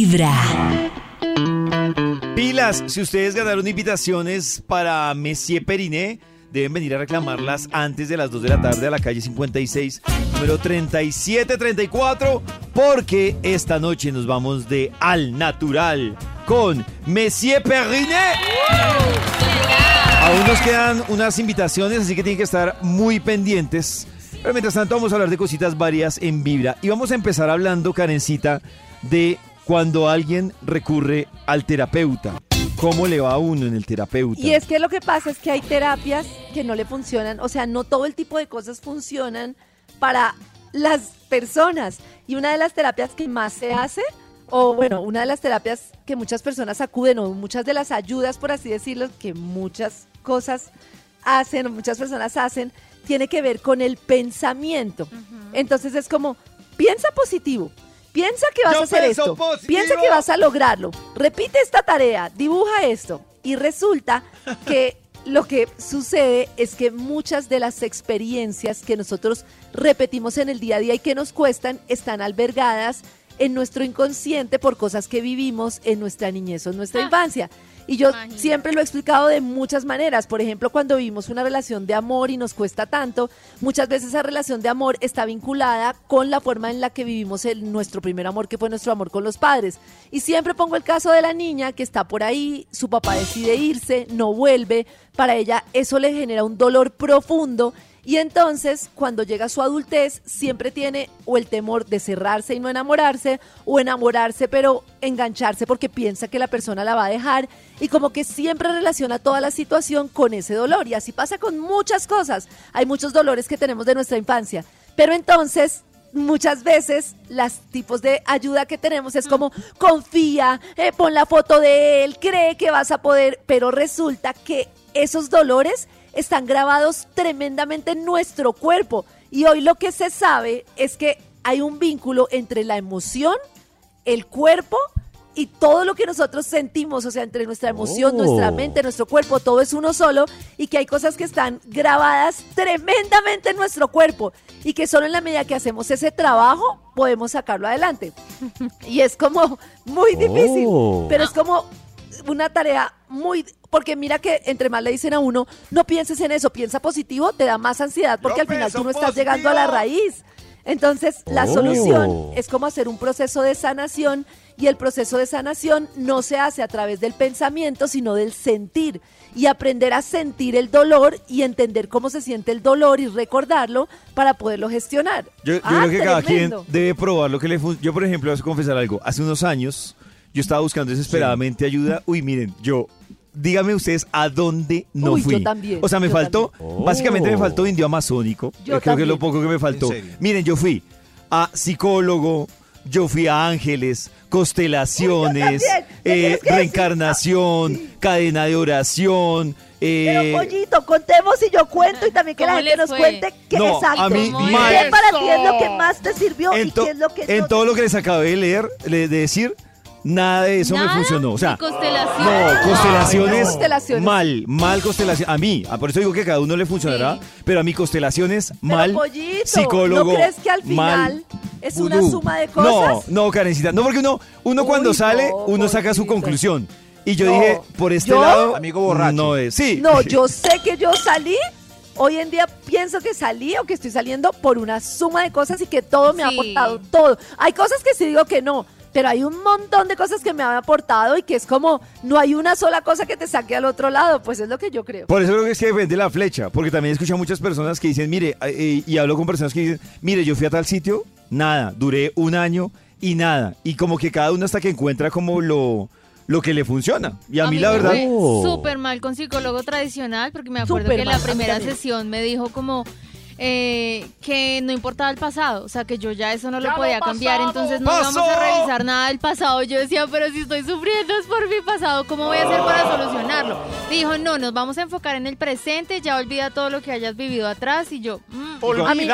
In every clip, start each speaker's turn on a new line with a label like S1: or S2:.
S1: Vibra.
S2: Pilas, si ustedes ganaron invitaciones para Messier Periné, deben venir a reclamarlas antes de las 2 de la tarde a la calle 56, número 3734, porque esta noche nos vamos de Al Natural con Messier Periné. Aún nos quedan unas invitaciones, así que tienen que estar muy pendientes. Pero mientras tanto vamos a hablar de cositas varias en Vibra. Y vamos a empezar hablando, Karencita, de cuando alguien recurre al terapeuta. ¿Cómo le va a uno en el terapeuta?
S3: Y es que lo que pasa es que hay terapias que no le funcionan, o sea, no todo el tipo de cosas funcionan para las personas. Y una de las terapias que más se hace, o bueno, una de las terapias que muchas personas acuden, o muchas de las ayudas, por así decirlo, que muchas cosas hacen, o muchas personas hacen, tiene que ver con el pensamiento. Entonces es como, piensa positivo. Piensa que vas
S2: Yo
S3: a hacer
S2: pienso
S3: esto.
S2: positivo.
S3: Piensa que vas a lograrlo. Repite esta tarea, dibuja esto. Y resulta que lo que sucede es que muchas de las experiencias que nosotros repetimos en el día a día y que nos cuestan están albergadas en nuestro inconsciente por cosas que vivimos en nuestra niñez o en nuestra infancia. Y yo
S4: Imagínate.
S3: siempre lo he explicado de muchas maneras. Por ejemplo, cuando vivimos una relación de amor y nos cuesta tanto, muchas veces esa relación de amor está vinculada con la forma en la que vivimos el, nuestro primer amor, que fue nuestro amor con los padres. Y siempre pongo el caso de la niña que está por ahí, su papá decide irse, no vuelve. Para ella eso le genera un dolor profundo. Y entonces, cuando llega su adultez, siempre tiene o el temor de cerrarse y no enamorarse, o enamorarse pero engancharse porque piensa que la persona la va a dejar, y como que siempre relaciona toda la situación con ese dolor. Y así pasa con muchas cosas. Hay muchos dolores que tenemos de nuestra infancia. Pero entonces, muchas veces las tipos de ayuda que tenemos es como confía, eh, pon la foto de él, cree que vas a poder, pero resulta que esos dolores están grabados tremendamente en nuestro cuerpo. Y hoy lo que se sabe es que hay un vínculo entre la emoción, el cuerpo y todo lo que nosotros sentimos, o sea, entre nuestra emoción,
S2: Oh.
S3: nuestra mente, nuestro cuerpo, todo es uno solo y que hay cosas que están grabadas tremendamente en nuestro cuerpo y que solo en la medida que hacemos ese trabajo podemos sacarlo adelante. Y es como muy difícil,
S2: Oh.
S3: pero es como una tarea muy... Porque mira que entre más le dicen a uno, no pienses en eso, piensa positivo, te da más ansiedad porque
S2: Yo
S3: al final
S2: pienso
S3: tú no estás llegando a la
S2: positivo.
S3: raíz. Entonces, la
S2: Oh.
S3: solución es como hacer un proceso de sanación y el proceso de sanación no se hace a través del pensamiento, sino del sentir y aprender a sentir el dolor y entender cómo se siente el dolor y recordarlo para poderlo gestionar.
S2: Yo, yo
S3: Ah,
S2: creo que cada quien
S3: tremendo.
S2: debe probar lo que le funciona. Yo, por ejemplo, voy a confesar algo. Hace unos años yo estaba buscando desesperadamente ayuda. Uy, miren, yo, díganme ustedes a dónde no
S3: Uy, yo
S2: fui.
S3: también,
S2: O sea, me
S3: yo
S2: faltó,
S5: también.
S2: básicamente me
S5: Oh.
S2: faltó indio amazónico.
S3: Yo
S2: creo que es lo
S3: también.
S2: poco que me faltó.
S5: ¿En serio?
S2: Miren, yo fui a psicólogo. Yo fui a ángeles, constelaciones,
S3: Uy, yo también. ¿Me
S2: eh,
S3: tienes que decir?
S2: reencarnación, cadena de oración. eh,
S3: Pero pollito, contemos y yo cuento y también que la
S4: ¿Cómo
S3: gente
S4: les
S3: nos
S4: fue?
S3: cuente qué
S2: No,
S3: exacto.
S2: a mí
S4: ¿Cómo
S2: mal.
S3: ¿Qué para ti es lo que más te sirvió
S2: en,
S3: y
S2: to-
S3: qué es lo que
S2: en
S3: no te
S2: todo lo que les acabé de leer, le- de decir, nada de eso me
S4: Nada,
S2: funcionó. O sea,
S4: ni constelación.
S2: no, constelaciones,
S3: Ay, no. Constelaciones.
S2: mal, mal constelación. A mí, ah, por eso digo que a cada uno le funcionará, pero a mí constelaciones,
S3: Pero,
S2: mal,
S3: pollito,
S2: psicólogo,
S3: ¿no crees que al
S2: mal,
S3: final es una
S2: vudú.
S3: suma de cosas?
S2: No, no, Karencita, no, porque uno, uno
S3: Uy,
S2: cuando sale,
S3: no,
S2: uno saca su
S3: pollito.
S2: conclusión. Y yo
S3: No.
S2: dije, por este
S3: ¿Yo?
S2: lado,
S5: Amigo borracho.
S2: no es. Sí.
S3: No, yo sé que yo salí. Hoy en día pienso que salí o que estoy saliendo por una suma de cosas y que todo me ha
S4: Sí.
S3: aportado, todo. Hay cosas que sí digo que no, pero hay un montón de cosas que me han aportado y que es como, no hay una sola cosa que te saque al otro lado, pues es lo que yo creo.
S2: Por eso creo que es que depende la flecha, porque también escucho a muchas personas que dicen, mire, eh, y hablo con personas que dicen, mire, yo fui a tal sitio, nada, duré un año y nada, y como que cada uno hasta que encuentra como lo, lo que le funciona. Y a, mí, la
S4: me
S2: verdad,
S4: fue
S5: Oh.
S4: Súper mal con psicólogo tradicional, porque me acuerdo
S3: Súper
S4: que en
S3: mal,
S4: la
S3: a mí
S4: primera
S3: también.
S4: sesión me dijo como eh, que no importaba el pasado, o sea, que yo ya eso no lo podía cambiar, entonces no
S2: ¡Pasó!
S4: íbamos a revisar nada del pasado. Yo decía, pero si estoy sufriendo es por mi pasado, ¿cómo voy a hacer para solucionarlo? Dijo, no, nos vamos a enfocar en el presente, ya olvida todo lo que hayas vivido atrás, y yo, mm,
S3: A mí,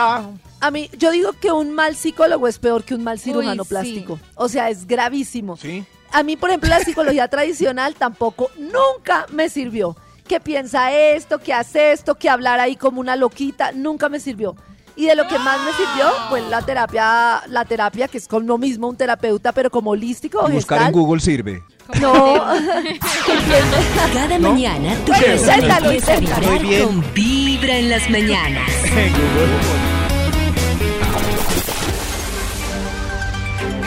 S3: a mí, yo digo que un mal psicólogo es peor que un mal cirujano
S4: sí.
S3: plástico. O sea, es gravísimo.
S5: Sí.
S3: A mí, por ejemplo, la psicología tradicional tampoco nunca me sirvió. Que piensa esto, que hace esto, que hablar ahí como una loquita, nunca me sirvió. Y de lo que más me sirvió
S1: Ah.
S3: fue la terapia, la terapia que es con lo mismo, un terapeuta, pero como holístico o
S1: Buscar en
S3: gestal.
S1: Google sirve.
S2: Oh.
S3: No,
S5: Cada mañana tú
S3: Bueno,
S5: puedes
S3: inténtalo, inténtalo.
S5: vibrar
S2: Muy bien.
S5: con Vibra en las mañanas.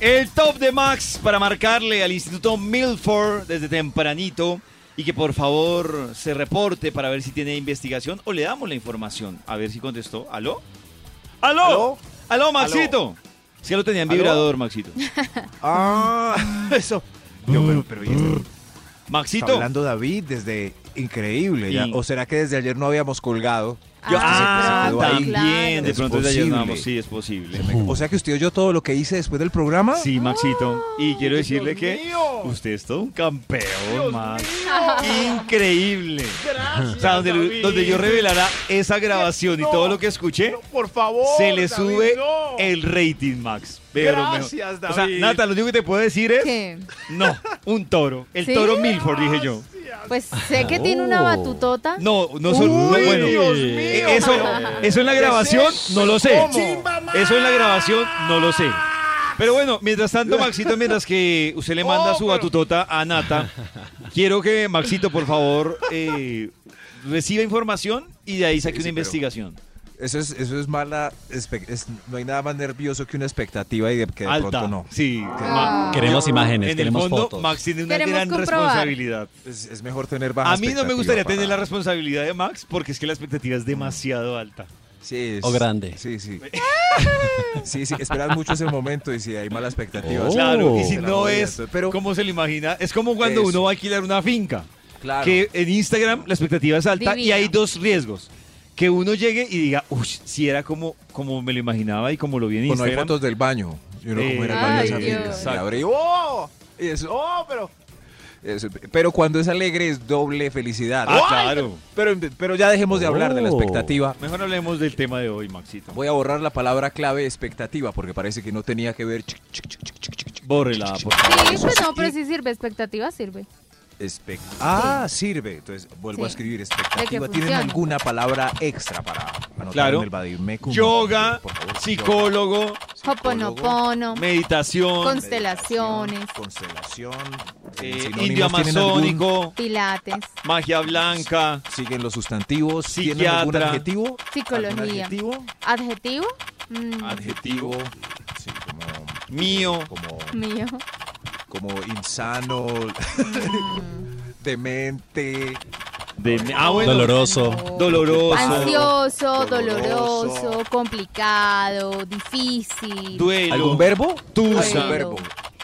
S2: El top de Max para marcarle al Instituto Milford desde tempranito y que por favor se reporte para ver si tiene investigación o le damos la información. A ver si contestó. ¿Aló? ¿Aló? ¿Aló,
S1: ¿Aló?
S2: Maxito? Es que lo tenían
S1: ¿Aló?
S2: vibrador, Maxito.
S1: Ah,
S2: Eso.
S1: yo, pero, pero, ¿y esto? Está
S2: Maxito.
S1: hablando David desde increíble. ya.
S2: Sí.
S1: ¿O será que desde ayer no habíamos colgado?
S2: Yo-
S4: Ah,
S2: ah,
S1: se quedó ahí.
S2: también. De
S1: Es
S2: pronto ya
S1: posible.
S2: llegamos. Sí, es posible.
S1: O sea que usted oyó todo lo que hice después del programa. Ah.
S2: Sí, Maxito. Y quiero decirle que usted es todo un campeón, Max. Increíble. o sea, donde, donde yo revelara esa grabación y todo lo que escuché,
S6: Por favor.
S2: se le sube
S6: no.
S2: el rating, Max. Pero mejor.
S6: Gracias,
S2: O sea,
S6: David.
S2: Nata, lo único que te puedo decir es,
S4: ¿Qué?
S2: no, un toro. El
S4: ¿Sí?
S2: toro Milford, dije yo.
S4: Pues sé que tiene una
S1: Oh.
S4: batutota.
S2: No, no son, no,
S6: Uy,
S2: bueno.
S6: Dios mío,
S2: eh, eso,
S6: pero-
S2: eso en la
S6: ¿Qué
S2: grabación
S6: es eso?
S2: no lo sé.
S6: Chimba, Max.
S2: Eso en la grabación no lo sé. Pero bueno, mientras tanto, Maxito, mientras que usted le manda
S6: Oh,
S2: su
S6: pero-
S2: batutota a Nata, quiero que Maxito, por favor, eh, reciba información y de ahí saque
S1: sí,
S2: una
S1: pero-
S2: investigación.
S1: Eso es, eso es mala. espe- es- no hay nada más nervioso que una expectativa y de, que de
S2: Alta.
S1: pronto no.
S2: Sí. Ma-
S7: Queremos imágenes,
S2: en el
S7: queremos
S2: fondo,
S7: fotos.
S2: Max tiene una
S4: Queremos
S2: gran
S4: comprobar.
S2: responsabilidad.
S1: Es, es mejor tener baja
S2: A mí no me
S1: expectativa
S2: gustaría
S1: para-
S2: tener la responsabilidad de Max porque es que la expectativa es demasiado alta.
S1: Sí, es-
S7: O grande.
S1: Sí, sí. sí, sí. Esperas mucho ese momento y si hay mala expectativa.
S7: Oh.
S1: sí,
S2: Claro, y si
S1: te la
S2: no
S1: jodí,
S2: es
S1: entonces, Pero,
S2: como se lo imagina, es como cuando
S1: Eso.
S2: uno va a alquilar una finca,
S1: Claro.
S2: que en Instagram la expectativa es alta y
S4: Divina.
S2: hay dos riesgos. Que uno llegue y diga, uff, si era como, como me lo imaginaba y como lo vi en
S1: O no hay
S2: Instagram.
S1: fotos del baño. Y uno como
S2: eh,
S1: era el baño de esa
S4: Ay,
S1: amiga.
S4: Dios.
S1: Y abre y, ¡oh! Y es, ¡oh! Pero, es- pero cuando es alegre es doble felicidad.
S2: Ah,
S1: ¡Ay!
S2: claro.
S1: Pero, pero ya dejemos de hablar de la
S7: Oh.
S1: expectativa.
S2: Mejor hablemos del tema de hoy, Maxito.
S1: Voy a borrar la palabra clave expectativa porque parece que no tenía que ver. Chic, chic, chic, chic, chic, chic, chic.
S2: Bórrela, por favor.
S4: Sí, pues no, pero sí sirve. Expectativa sirve.
S1: Espect- ah, sirve. Entonces vuelvo a
S4: Sí.
S1: escribir
S4: De que
S1: expectativa. ¿Tienen
S4: funcione.
S1: alguna palabra extra para anotar
S2: Claro.
S1: en el Badimecum?
S2: Yoga,
S1: Por favor, yoga,
S2: psicólogo,
S1: psicólogo,
S4: Hoponopono.
S2: meditación,
S4: Con- Constelaciones.
S1: Constelación.
S2: eh,
S1: sinónimos,
S2: indio
S1: ¿tienen algún?
S2: amazónico,
S4: Pilates.
S2: magia blanca,
S1: Siguen los sustantivos. ¿Tienen
S2: Psiquiatra.
S1: algún adjetivo? ¿Algún
S4: Psicología.
S1: adjetivo?
S4: Adjetivo. Mm,
S1: Adjetivo. Sí,
S2: mío,
S1: como,
S4: mío.
S1: como, como insano,
S4: Mm.
S1: demente,
S2: de- ah, bueno,
S7: Doloroso.
S2: doloroso,
S4: Ansioso,
S1: doloroso.
S4: doloroso, complicado, difícil.
S2: duelo,
S1: ¿Algún verbo?
S2: tusa.
S1: ¿Algún verbo?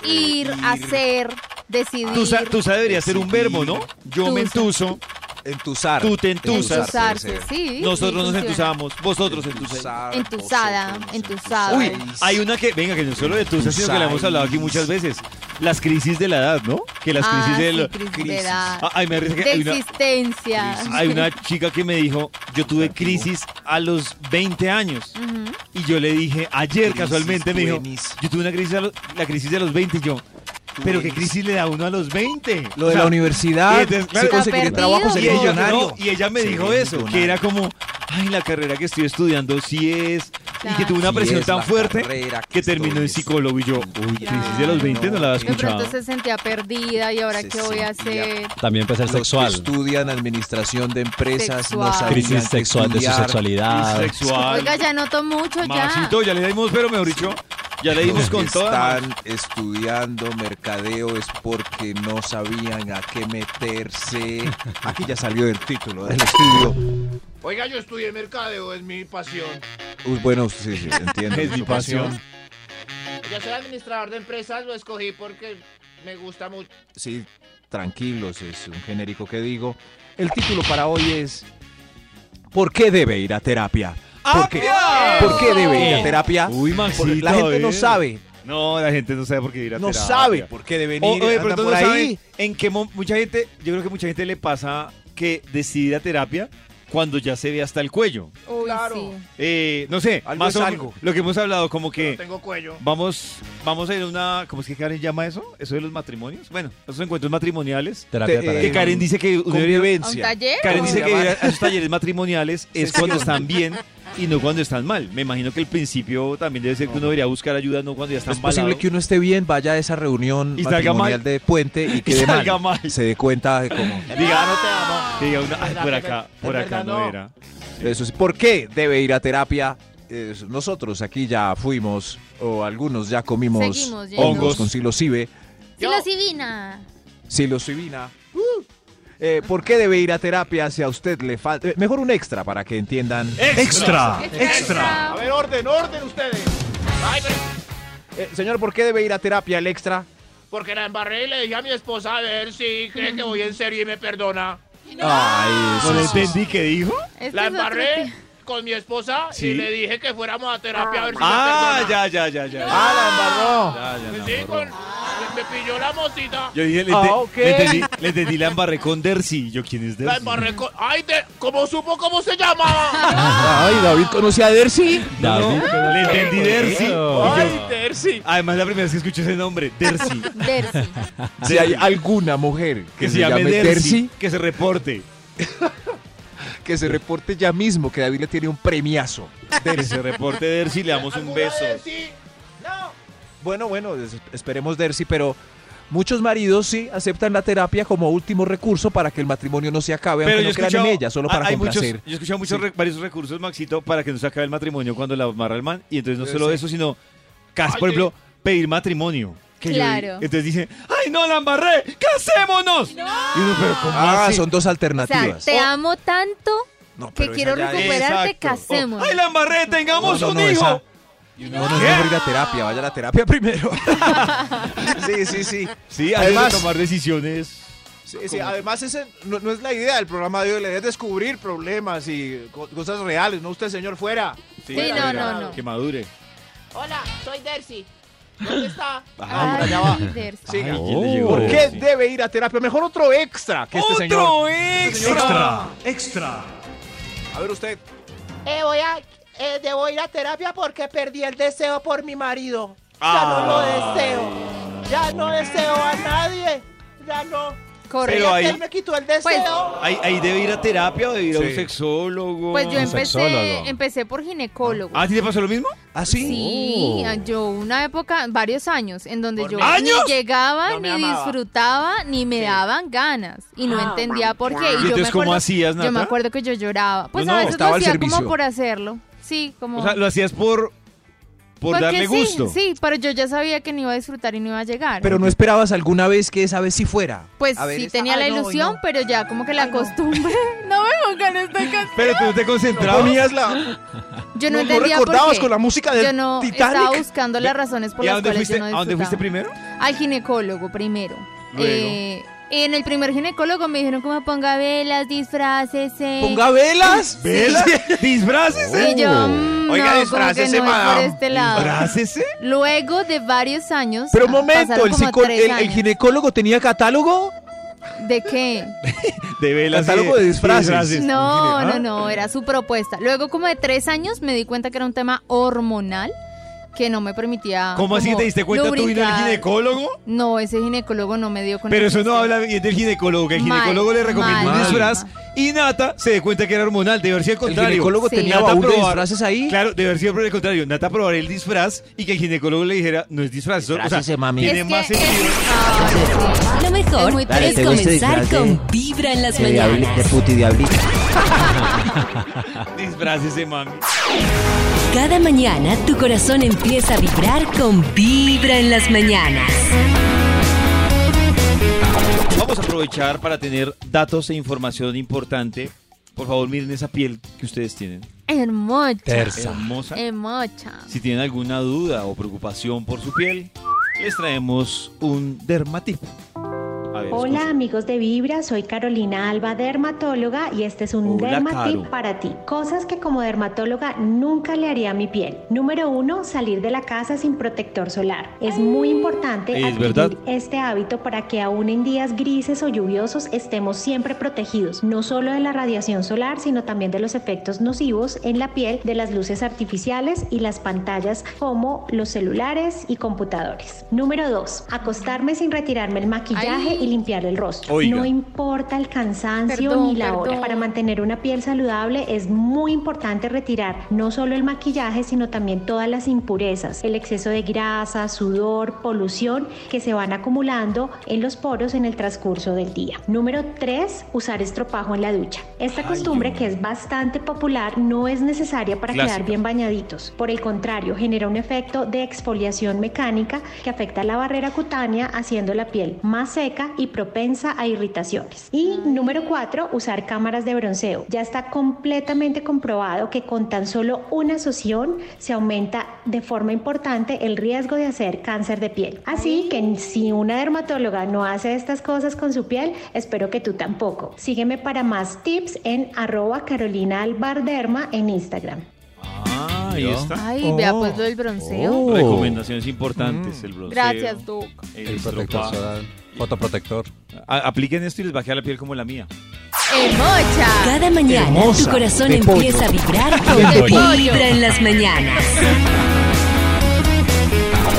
S4: Ir,
S1: Eh,
S4: hacer, decidir.
S2: Tusa, tusa debería ser un verbo, ¿no? Yo me
S4: Tusa.
S2: entuso,
S1: Entusar.
S2: Tú te entusas.
S4: Entusarse,
S1: puede ser.
S4: sí.
S2: nosotros nos
S4: funciona.
S2: entusamos, vosotros entusáis.
S1: Entusar,
S2: Ah,
S4: Entusada,
S1: vosotros
S4: entusada.
S2: Uy,
S1: entusáis.
S2: hay una que, venga, que no solo de tusa, sino que la hemos hablado aquí muchas veces. Las crisis de la edad, ¿no? Que las
S4: Ah,
S2: crisis
S4: sí,
S2: del...
S4: crisis de
S1: crisis.
S4: edad.
S2: Ah, Ay, me da risa que
S4: de
S2: hay una,
S4: existencia.
S2: hay una chica que me dijo, yo tuve crisis a los 20 años.
S4: Ujú.
S2: Y yo le dije, ayer
S1: Crisis
S2: casualmente me dijo,
S1: 20s.
S2: yo tuve una crisis, a los- la crisis de los 20 y yo, pero ¿qué
S1: 20s.
S2: crisis le da uno a los 20?
S1: Lo de
S2: O sea,
S1: la
S2: y
S1: universidad,
S2: entonces,
S1: sí
S2: claro,
S1: conseguiré
S4: perdido,
S1: trabajo,
S2: Y
S1: seré
S2: ella,
S1: millonario.
S2: no, y ella me
S1: Seré
S2: dijo eso, que
S1: millonario.
S2: era como, ay, la carrera que estoy estudiando sí es, y que
S4: Claro.
S2: tuvo una
S1: Sí
S2: presión
S1: es
S2: tan
S1: la
S2: fuerte
S1: carrera
S2: que
S1: que
S2: terminó
S1: estoy
S2: en psicólogo y yo, uy, crisis de los
S4: Claro.
S2: 20 no la había
S4: De pronto
S2: escuchado.
S4: se sentía perdida y ahora
S1: Se
S4: qué voy a
S1: sentía
S4: hacer.
S7: También puede ser
S1: Los que
S7: sexual.
S1: estudian administración de empresas, no
S4: Sexual.
S1: sabían
S7: Crisis
S1: qué
S7: sexual de su
S1: estudiar.
S7: sexualidad.
S2: Crisis sexual.
S4: Oiga, ya noto mucho ya.
S2: Maxito, ya le dimos, pero mejor dicho, ya le dimos
S1: Los
S2: con
S1: que
S2: toda.
S1: están estudiando mercadeo es porque no sabían a qué meterse. Aquí ya salió el título del estudio.
S6: Oiga, yo estudié mercadeo, es mi pasión.
S1: Uy, bueno, sí, sí, entiendo.
S2: Es mi
S1: su
S2: pasión.
S6: Ya ser administrador de empresas lo escogí porque me gusta mucho.
S1: Sí, tranquilos, es un genérico que digo. El título para hoy es ¿Por qué debe ir a terapia? ¿Por qué?
S2: ¡Apia!
S1: ¿Por qué debe ir a
S7: Eh.
S1: terapia?
S2: ¡Ah, Uy,
S1: Por-
S2: Maxito,
S1: la gente
S2: a
S1: no
S2: ver.
S1: sabe,
S2: No, la gente no sabe por qué ir a
S1: no
S2: terapia.
S1: sabe por qué deben ir.
S2: O- oye,
S1: andan
S2: pero
S1: por
S2: no
S1: ahí.
S2: saben en qué mo- mucha gente, yo creo que mucha gente le pasa que decide ir a terapia cuando ya se ve hasta el cuello.
S4: Uy,
S1: Claro.
S4: sí.
S2: Eh, no sé,
S1: Algo
S2: más
S1: es
S2: o menos
S1: algo.
S2: lo que hemos hablado, como
S6: Yo no
S2: que
S6: tengo cuello.
S2: vamos, vamos a ir a una, ¿cómo es que Karen llama eso? Eso de los matrimonios. Bueno, esos encuentros matrimoniales.
S7: Terapia,
S1: Te-
S7: terapia.
S2: Que Karen dice que uno debería-
S4: ¿A un
S1: Convivencia.
S4: taller?
S2: Karen dice que
S1: Llamar.
S2: ir a esos talleres matrimoniales es cuando están bien y no cuando están mal. Me imagino que el principio también debe ser que uno debería buscar ayuda, no cuando ya
S1: No
S2: están
S1: es posible
S2: balados.
S1: que uno esté bien, vaya a esa reunión
S2: Y salga
S1: matrimonial
S2: mal.
S1: de puente y quede
S2: salga
S1: mal.
S2: mal.
S1: Se dé cuenta de cómo.
S2: Diga, "Ah,
S6: no te amo.
S2: que diga una,
S6: Es
S2: "Ay,
S6: verdad
S2: por
S6: que
S2: acá,
S6: me-
S2: por
S6: es
S2: acá
S6: verdad,
S2: no
S6: no".
S2: era.
S1: Eso sí. ¿Por qué debe ir a terapia? Eh, nosotros aquí ya fuimos, o algunos ya comimos
S4: Seguimos yendo.
S1: hongos con silocibe,
S6: Yo-
S4: Psilocibina.
S1: psilocibina. Uh. Eh, ¿Por qué debe ir a terapia si a usted le falta? eh, Mejor un extra para que entiendan.
S7: Extra.
S6: A ver, orden, orden ustedes. Ay, pero-
S1: Eh, señor, ¿por qué debe ir a terapia el extra?
S6: porque la embarré y le dije a mi esposa a ver si cree que voy en serio y me perdona.
S1: Ay,
S2: No
S1: sí,
S2: le
S1: sí, sí.
S2: entendí qué dijo.
S4: Es que
S6: La
S4: es otro
S6: embarré
S4: tipo.
S6: con mi esposa
S2: Sí.
S6: y le dije que fuéramos a terapia a ver si
S2: Ah,
S6: me perdona.
S2: ya, ya, ya, ya.
S1: Ah, la embarró.
S2: Ya, ya,
S6: Pues
S2: la
S6: sí,
S2: embarró.
S6: con, me pilló la motita.
S2: Yo dije, le,
S1: Ah,
S2: ente-
S1: ok.
S2: le entendí, le entendí la embarré con Dercy. Yo, ¿quién es Dercy?
S6: La embarré con... ¡Ay, de- ¿cómo supo cómo se llamaba?
S1: Ay, David conoce a Dercy.
S2: No, no, le entendí Dercy. Y yo-
S6: ¡Ay, Terci!
S2: además, la primera vez que escuché ese nombre, Dercy.
S4: Dersi.
S1: Si hay alguna mujer que, se, llame, Dercy,
S2: que se reporte.
S1: que se reporte ya mismo que David le tiene un premiazo.
S2: Que se reporte Dercy, le damos un beso.
S1: Bueno, bueno, es- esperemos Dercy, pero muchos maridos sí aceptan la terapia como último recurso para que el matrimonio no se acabe,
S2: Pero
S1: aunque
S2: yo he
S1: no crean
S2: escuchado, ah,
S1: en ella, solo para
S2: hay muchos,
S1: complacer.
S2: yo he escuchado muchos re- varios recursos, Maxito, para que no se acabe el matrimonio cuando la amarra el man. Y entonces no
S1: Eh,
S2: solo
S1: sí.
S2: eso, sino, cas,
S6: Ay,
S2: por
S6: sí.
S2: ejemplo, pedir matrimonio. Que yo-
S4: Claro.
S2: entonces dice, ¡ay, no, la embarré! ¡Casémonos! Y uno, pero ¿cómo
S1: Ah,
S2: así?
S1: son dos
S4: O sea,
S1: alternativas.
S4: te amo tanto
S1: No,
S4: que
S1: pero
S4: quiero
S1: esa ya es-
S4: recuperarte,
S2: Exacto.
S4: casemos.
S2: O, ¡Ay, la embarré! ¡Tengamos
S1: No, no,
S2: un
S1: no,
S2: hijo!
S1: esa- No, no, no,
S2: ¿Qué?
S1: mejor ir a terapia, vaya a la terapia primero. sí, sí, sí.
S2: Sí, hay
S1: Además-
S2: que tomar decisiones.
S1: Sí, sí, además, ese no, no es la idea del programa de hoy. La idea es descubrir problemas y co- cosas reales. No usted, señor, fuera.
S4: Sí, no,
S2: mira,
S4: no, no.
S2: Que madure.
S6: Hola, soy Dercy. ¿Dónde está?
S4: Ay,
S1: allá Ah, va.
S4: Dersi.
S1: Siga.
S7: Ay,
S2: ¿quién le llegó?
S1: ¿Por
S7: Oh.
S1: qué debe ir a terapia? Mejor otro extra que este señor.
S2: ¡Otro extra!
S7: Extra. Extra.
S1: A ver usted.
S6: Eh, voy a, eh, debo ir a terapia porque perdí el deseo por mi marido. Ya
S1: Ah.
S6: no lo deseo. Ya no deseo a nadie. Ya no.
S4: Correcto. Pues,
S2: Pero ahí-
S6: Él me quitó el deseo.
S2: Ahí, ahí debe ir a terapia o debe ir a un
S1: Sí.
S2: sexólogo.
S4: Pues yo
S7: sexólogo.
S4: empecé, empecé por ginecólogo.
S2: ¿Ah, ¿a ti te pasó lo mismo?
S1: ¿Ah,
S4: Sí,
S7: Oh.
S4: yo una época, varios años, en donde yo
S2: ¿Años?
S4: ni llegaba,
S6: No me
S4: ni
S6: amaba.
S4: disfrutaba, ni me daban ganas. Y no entendía por qué.
S2: ¿Y entonces cómo hacías,
S4: Yo me
S2: Nata?
S4: acuerdo que yo lloraba. Pues
S2: ¿Ah? No, no,
S4: a veces lo
S1: estaba al
S4: hacía como
S1: servicio.
S4: por hacerlo. Sí, como...
S2: O sea, lo hacías por, por
S4: porque
S2: darle
S4: sí,
S2: gusto.
S4: Sí, pero yo ya sabía que no iba a disfrutar y no iba a llegar.
S1: Pero no esperabas alguna vez que esa vez sí fuera.
S4: pues
S1: A ver,
S4: sí
S1: esta-
S4: tenía la
S1: Ay, no,
S4: ilusión,
S1: no.
S4: pero ya como que la costumbre. No. me pongan esta canción.
S2: Pero tú no te concentrabas.
S1: Ponías la.
S4: Yo no,
S1: no- no
S4: entendía por
S1: recordabas
S4: qué.
S1: con la música del
S4: Yo no
S1: Titanic.
S4: estaba buscando las razones por
S2: ¿Y a
S4: las
S2: dónde
S4: cuales
S2: fuiste,
S4: yo no
S2: a dónde fuiste
S4: disfrutaba.
S2: primero?
S4: Al ginecólogo primero.
S2: Luego.
S4: Eh, en el primer ginecólogo me dijeron como ponga velas, disfraces.
S1: Ponga velas. Oh.
S2: ¿Velas? ¿Disfraces?
S4: Y yo,
S1: Oiga,
S4: mm, no, como que
S1: disfrácese,
S4: no es por
S1: madame.
S4: este lado.
S2: ¿Disfrácese?
S4: Luego de varios años.
S1: Pero
S4: ah,
S1: un momento,
S4: pasaron
S1: el,
S4: como
S1: psico-
S4: tres
S1: el- el
S4: años.
S1: ginecólogo tenía catálogo.
S4: ¿De qué?
S2: De velas. y
S1: Catálogo de disfraces.
S4: No, no,
S2: ¿Ah?
S4: no, era su propuesta. Luego como de tres años me di cuenta que era un tema hormonal que no me permitía.
S2: ¿Cómo así que te diste cuenta tú vino al
S4: lubricar.
S2: ginecólogo?
S4: No, ese ginecólogo no me dio con
S2: Pero
S4: el
S2: eso no
S4: pincel.
S2: habla bien del ginecólogo, que el ginecólogo
S4: Mal,
S2: le recomienda un
S4: mal,
S2: disfraz
S4: mal.
S2: y Nata se dé cuenta que era hormonal, de haber sido el
S1: El
S2: contrario.
S1: ginecólogo
S4: Sí.
S1: tenía
S2: Nata
S1: baúl de
S2: probar-
S1: disfraces ahí.
S2: Claro, debe haber sido por el contrario. Nata probaría el disfraz y que el ginecólogo le dijera, no es disfraz. eso- o sea,
S1: Disfrácese, mami.
S2: Tiene
S4: Es que
S2: más
S4: es-
S2: sentido.
S4: Ah, sí.
S5: Lo
S4: Es
S5: mejor
S4: muy
S5: es,
S4: triste.
S5: comenzar con vibra en las mañanas.
S1: puti diablito.
S2: Disfrácese, mami.
S5: Cada mañana tu corazón empieza a vibrar con vibra en las mañanas.
S2: Vamos a aprovechar para tener datos e información importante. Por favor, miren esa piel que ustedes tienen.
S4: Hermocha.
S7: Terza.
S2: Hermosa.
S4: Hermocha.
S2: Si tienen alguna duda o preocupación por su piel, les traemos un dermatip. A ver,
S8: Hola
S2: escucha.
S8: amigos de Vibra, soy Carolina Alba, dermatóloga y este es un
S1: Hola,
S8: dermatip
S1: Caro.
S8: para ti. Cosas que como dermatóloga nunca le haría a mi piel. Número uno, salir de la casa sin protector solar. Es muy importante
S2: Es
S8: adquirir
S2: verdad.
S8: este hábito para que aún en días grises o lluviosos estemos siempre protegidos, no solo de la radiación solar, sino también de los efectos nocivos en la piel de las luces artificiales y las pantallas como los celulares y computadores. Número dos, acostarme sin retirarme el maquillaje
S4: Ay.
S8: y limpiar el rostro.
S2: Oiga.
S8: No importa el cansancio
S4: Perdón,
S8: ni la
S4: perdón.
S8: hora. Para mantener una piel saludable es muy importante retirar no solo el maquillaje, sino también todas las impurezas, el exceso de grasa, sudor, polución que se van acumulando en los poros en el transcurso del día. Número 3, usar estropajo en la ducha. Esta costumbre que es bastante popular no es necesaria para
S2: Clásica.
S8: quedar bien bañaditos. Por el contrario, genera un efecto de exfoliación mecánica que afecta la barrera cutánea, haciendo la piel más seca y propensa a irritaciones. Y número 4, usar cámaras de bronceo. Ya está completamente comprobado que con tan solo una sesión se aumenta de forma importante el riesgo de hacer cáncer de piel. Así que si una dermatóloga no hace estas cosas con su piel, espero que tú tampoco. Sígueme para más tips en arroba Carolina Albarderma en Instagram.
S2: Ah, ahí
S1: Mira.
S2: está.
S4: Ay, vea
S9: Oh.
S4: pues lo del bronceo. Mm.
S1: Oh.
S2: Recomendaciones importantes, el bronceo.
S4: Gracias, Doc.
S2: el
S9: El protector
S2: estropajo.
S9: solar, fotoprotector.
S2: A- Apliquen esto y les bajea la piel como la mía.
S4: Emocha.
S5: Cada mañana tu
S1: Hermosa,
S5: corazón
S1: de pollo.
S5: empieza a vibrar con
S4: De pollo.
S5: Vibra en las mañanas.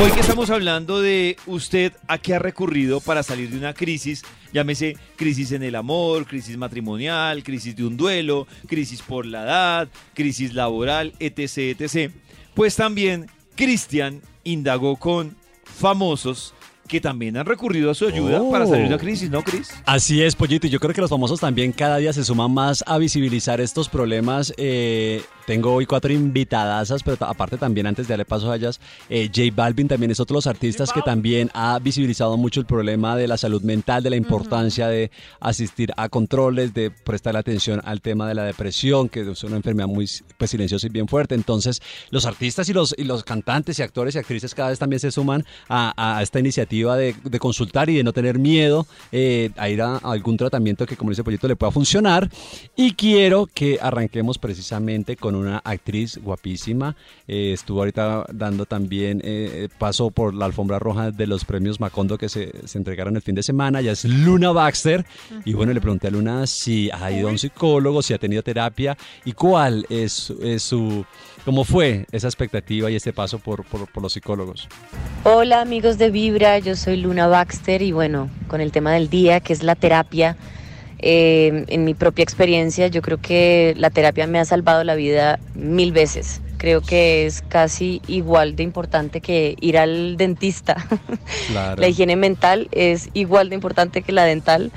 S2: Hoy que estamos hablando de usted a qué ha recurrido para salir de una crisis, llámese crisis en el amor, crisis matrimonial, crisis de un duelo, crisis por la edad, crisis laboral, etc, etc. Pues también Cristian indagó con famosos que también han recurrido a su ayuda para salir
S4: Oh.
S2: de una crisis, ¿no, Cris?
S10: Así es, Pollito. Y yo creo que los famosos también cada día se suman más a visibilizar estos problemas. Eh, tengo hoy cuatro invitadasas, pero ta- aparte también, antes de darle paso a ellas, eh, J Balvin también es otro de los artistas que también ha visibilizado mucho el problema de la salud mental, de la importancia de asistir a controles, de prestar atención al tema de la depresión, que es una enfermedad muy pues, silenciosa y bien fuerte. Entonces, los artistas y los, y los cantantes y actores y actrices cada vez también se suman a, a esta iniciativa de, de consultar y de no tener miedo eh, a ir a, a algún tratamiento que, como dice Pollito, le pueda funcionar. Y quiero que arranquemos precisamente con una actriz guapísima. Eh, estuvo ahorita dando también eh, paso por la alfombra roja de los premios Macondo que se, se entregaron el fin de semana. Ella es Luna Baxter. Y bueno, le pregunté a Luna si ha ido a un psicólogo, si ha tenido terapia y cuál es, es su... ¿Cómo fue esa expectativa y este paso por, por- por los psicólogos?
S11: Hola amigos de Vibra, yo soy Luna Baxter y bueno, con el tema del día que es la terapia, eh, en mi propia experiencia yo creo que la terapia me ha salvado la vida mil veces. Creo que es casi igual de importante que ir al dentista.
S10: Claro.
S11: La higiene mental es igual de importante que la dental.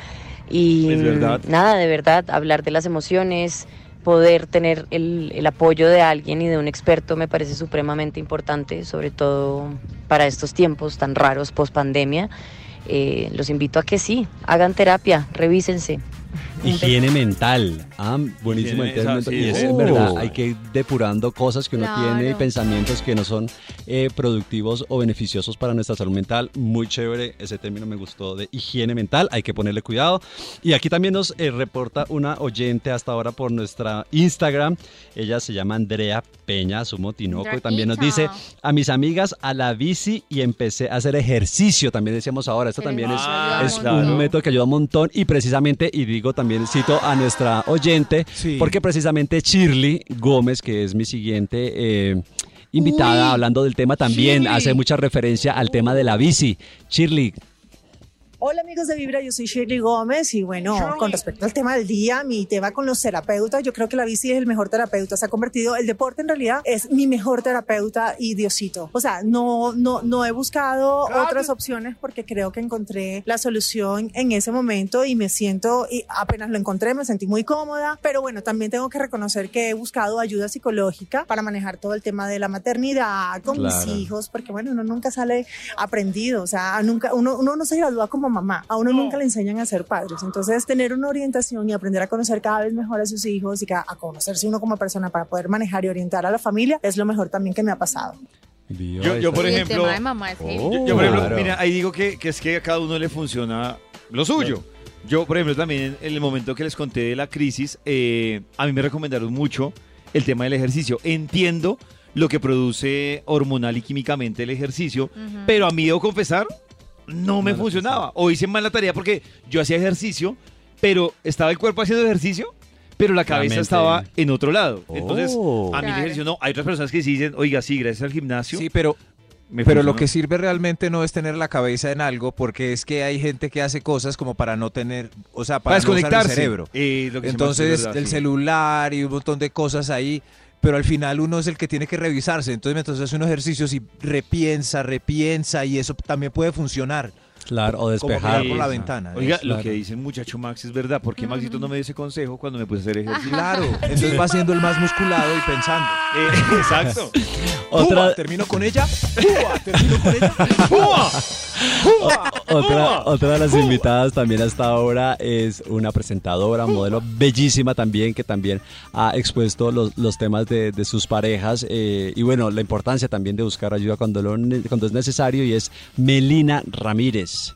S11: Y
S2: Es verdad.
S11: mm, nada, de verdad, hablar de las emociones, poder tener el, el apoyo de alguien y de un experto me parece supremamente importante, sobre todo para estos tiempos tan raros post pandemia. los invito a que sí, hagan terapia, revísense.
S10: Higiene mental. Ah, buenísimo.
S2: Higiene,
S10: el término.
S2: esa, sí,
S10: y es
S2: sí.
S10: verdad,
S2: Oh.
S10: hay que ir depurando cosas que uno
S4: Claro.
S10: tiene y pensamientos que no son eh, productivos o beneficiosos para nuestra salud mental. Muy chévere, ese término me gustó de higiene mental, hay que ponerle cuidado. Y aquí también nos eh, reporta una oyente hasta ahora por nuestra Instagram. Ella se llama Andrea Peña, asumo Tinoco, y también nos dice
S4: Andreita.
S10: a mis amigas a la bici y empecé a hacer ejercicio. También decíamos ahora, esto
S4: Pero
S10: también
S4: eso
S10: es
S4: ayuda
S10: es
S4: un montón.
S10: un método que ayuda un montón y precisamente, y digo también, cito a nuestra oyente,
S1: Sí.
S10: porque precisamente Shirley Gómez, que es mi siguiente... eh, Invitada, hablando del tema también, hace mucha referencia al tema de la bici. Shirley,
S12: Hola amigos de Vibra, yo soy Shirley Gómez y bueno, con respecto al tema del día, mi tema con los terapeutas, yo creo que la bici es el mejor terapeuta, se ha convertido, el deporte en realidad es mi mejor terapeuta y Diosito. O sea, no, no, no he buscado otras opciones porque creo que encontré la solución en ese momento y me siento, y apenas lo encontré, me sentí muy cómoda, pero bueno, también tengo que reconocer que he buscado ayuda psicológica para manejar todo el tema de la maternidad con mis
S10: Claro.
S12: hijos, porque bueno, uno nunca sale aprendido, o sea, nunca, uno, uno no se gradúa como mamá, a uno nunca le enseñan a ser padres, entonces tener una orientación y aprender a conocer cada vez mejor a sus hijos y ca- a conocerse uno como persona para poder manejar y orientar a la familia es lo mejor también que me ha pasado.
S2: Yo, yo, por
S4: Y el
S2: ejemplo,
S4: tema de mamá es que-
S1: Oh,
S2: yo, yo, por ejemplo,
S10: Claro.
S2: mira, ahí digo que, que es que a cada uno le funciona lo suyo. Yo, por ejemplo, también en el momento que les conté de la crisis, eh, a mí me recomendaron mucho el tema del ejercicio. Entiendo lo que produce hormonal y químicamente el ejercicio, pero a mí debo confesar, no me funcionaba. O hice mal la tarea porque yo hacía ejercicio, pero estaba el cuerpo haciendo ejercicio, pero la cabeza
S10: mente.
S2: estaba en otro lado. Entonces,
S1: Oh.
S2: a mí el
S1: Claro.
S2: ejercicio no. Hay otras personas que sí dicen, oiga, sí, gracias al gimnasio.
S1: Sí, pero
S2: me
S1: Pero lo
S2: funcionó".
S1: que sirve realmente no es tener la cabeza en algo, porque es que hay gente que hace cosas como para no tener, o sea, para,
S2: Para
S1: no usar
S2: desconectarse.
S1: el cerebro.
S2: Eh, lo que se llama,
S1: Entonces,
S2: es verdad,
S1: el
S2: sí.
S1: celular y un montón de cosas ahí, pero al final uno es el que tiene que revisarse. Entonces, mientras hace unos ejercicios y repiensa, repiensa, y eso también puede funcionar.
S10: Claro, o
S1: Como mirar
S10: despejar.
S1: por la ventana.
S2: Oiga,
S1: Claro.
S2: lo que dice el muchacho Max es verdad. ¿Por qué Maxito no me dio ese consejo cuando me puse a hacer ejercicio?
S1: Claro, entonces va siendo el más musculado y pensando.
S2: Eh, exacto.
S1: Otra...
S10: Otra-
S1: termino con ella. Cuba, termino con ella.
S2: ¡Pua!
S10: Otra,
S2: ¡Oh!
S10: otra de las invitadas también hasta ahora es una presentadora,
S2: ¡Oh!
S10: modelo bellísima también, que también ha expuesto los, los temas de, de sus parejas eh, y bueno, la importancia también de buscar ayuda cuando, lo ne- cuando es necesario y es Melina Ramírez.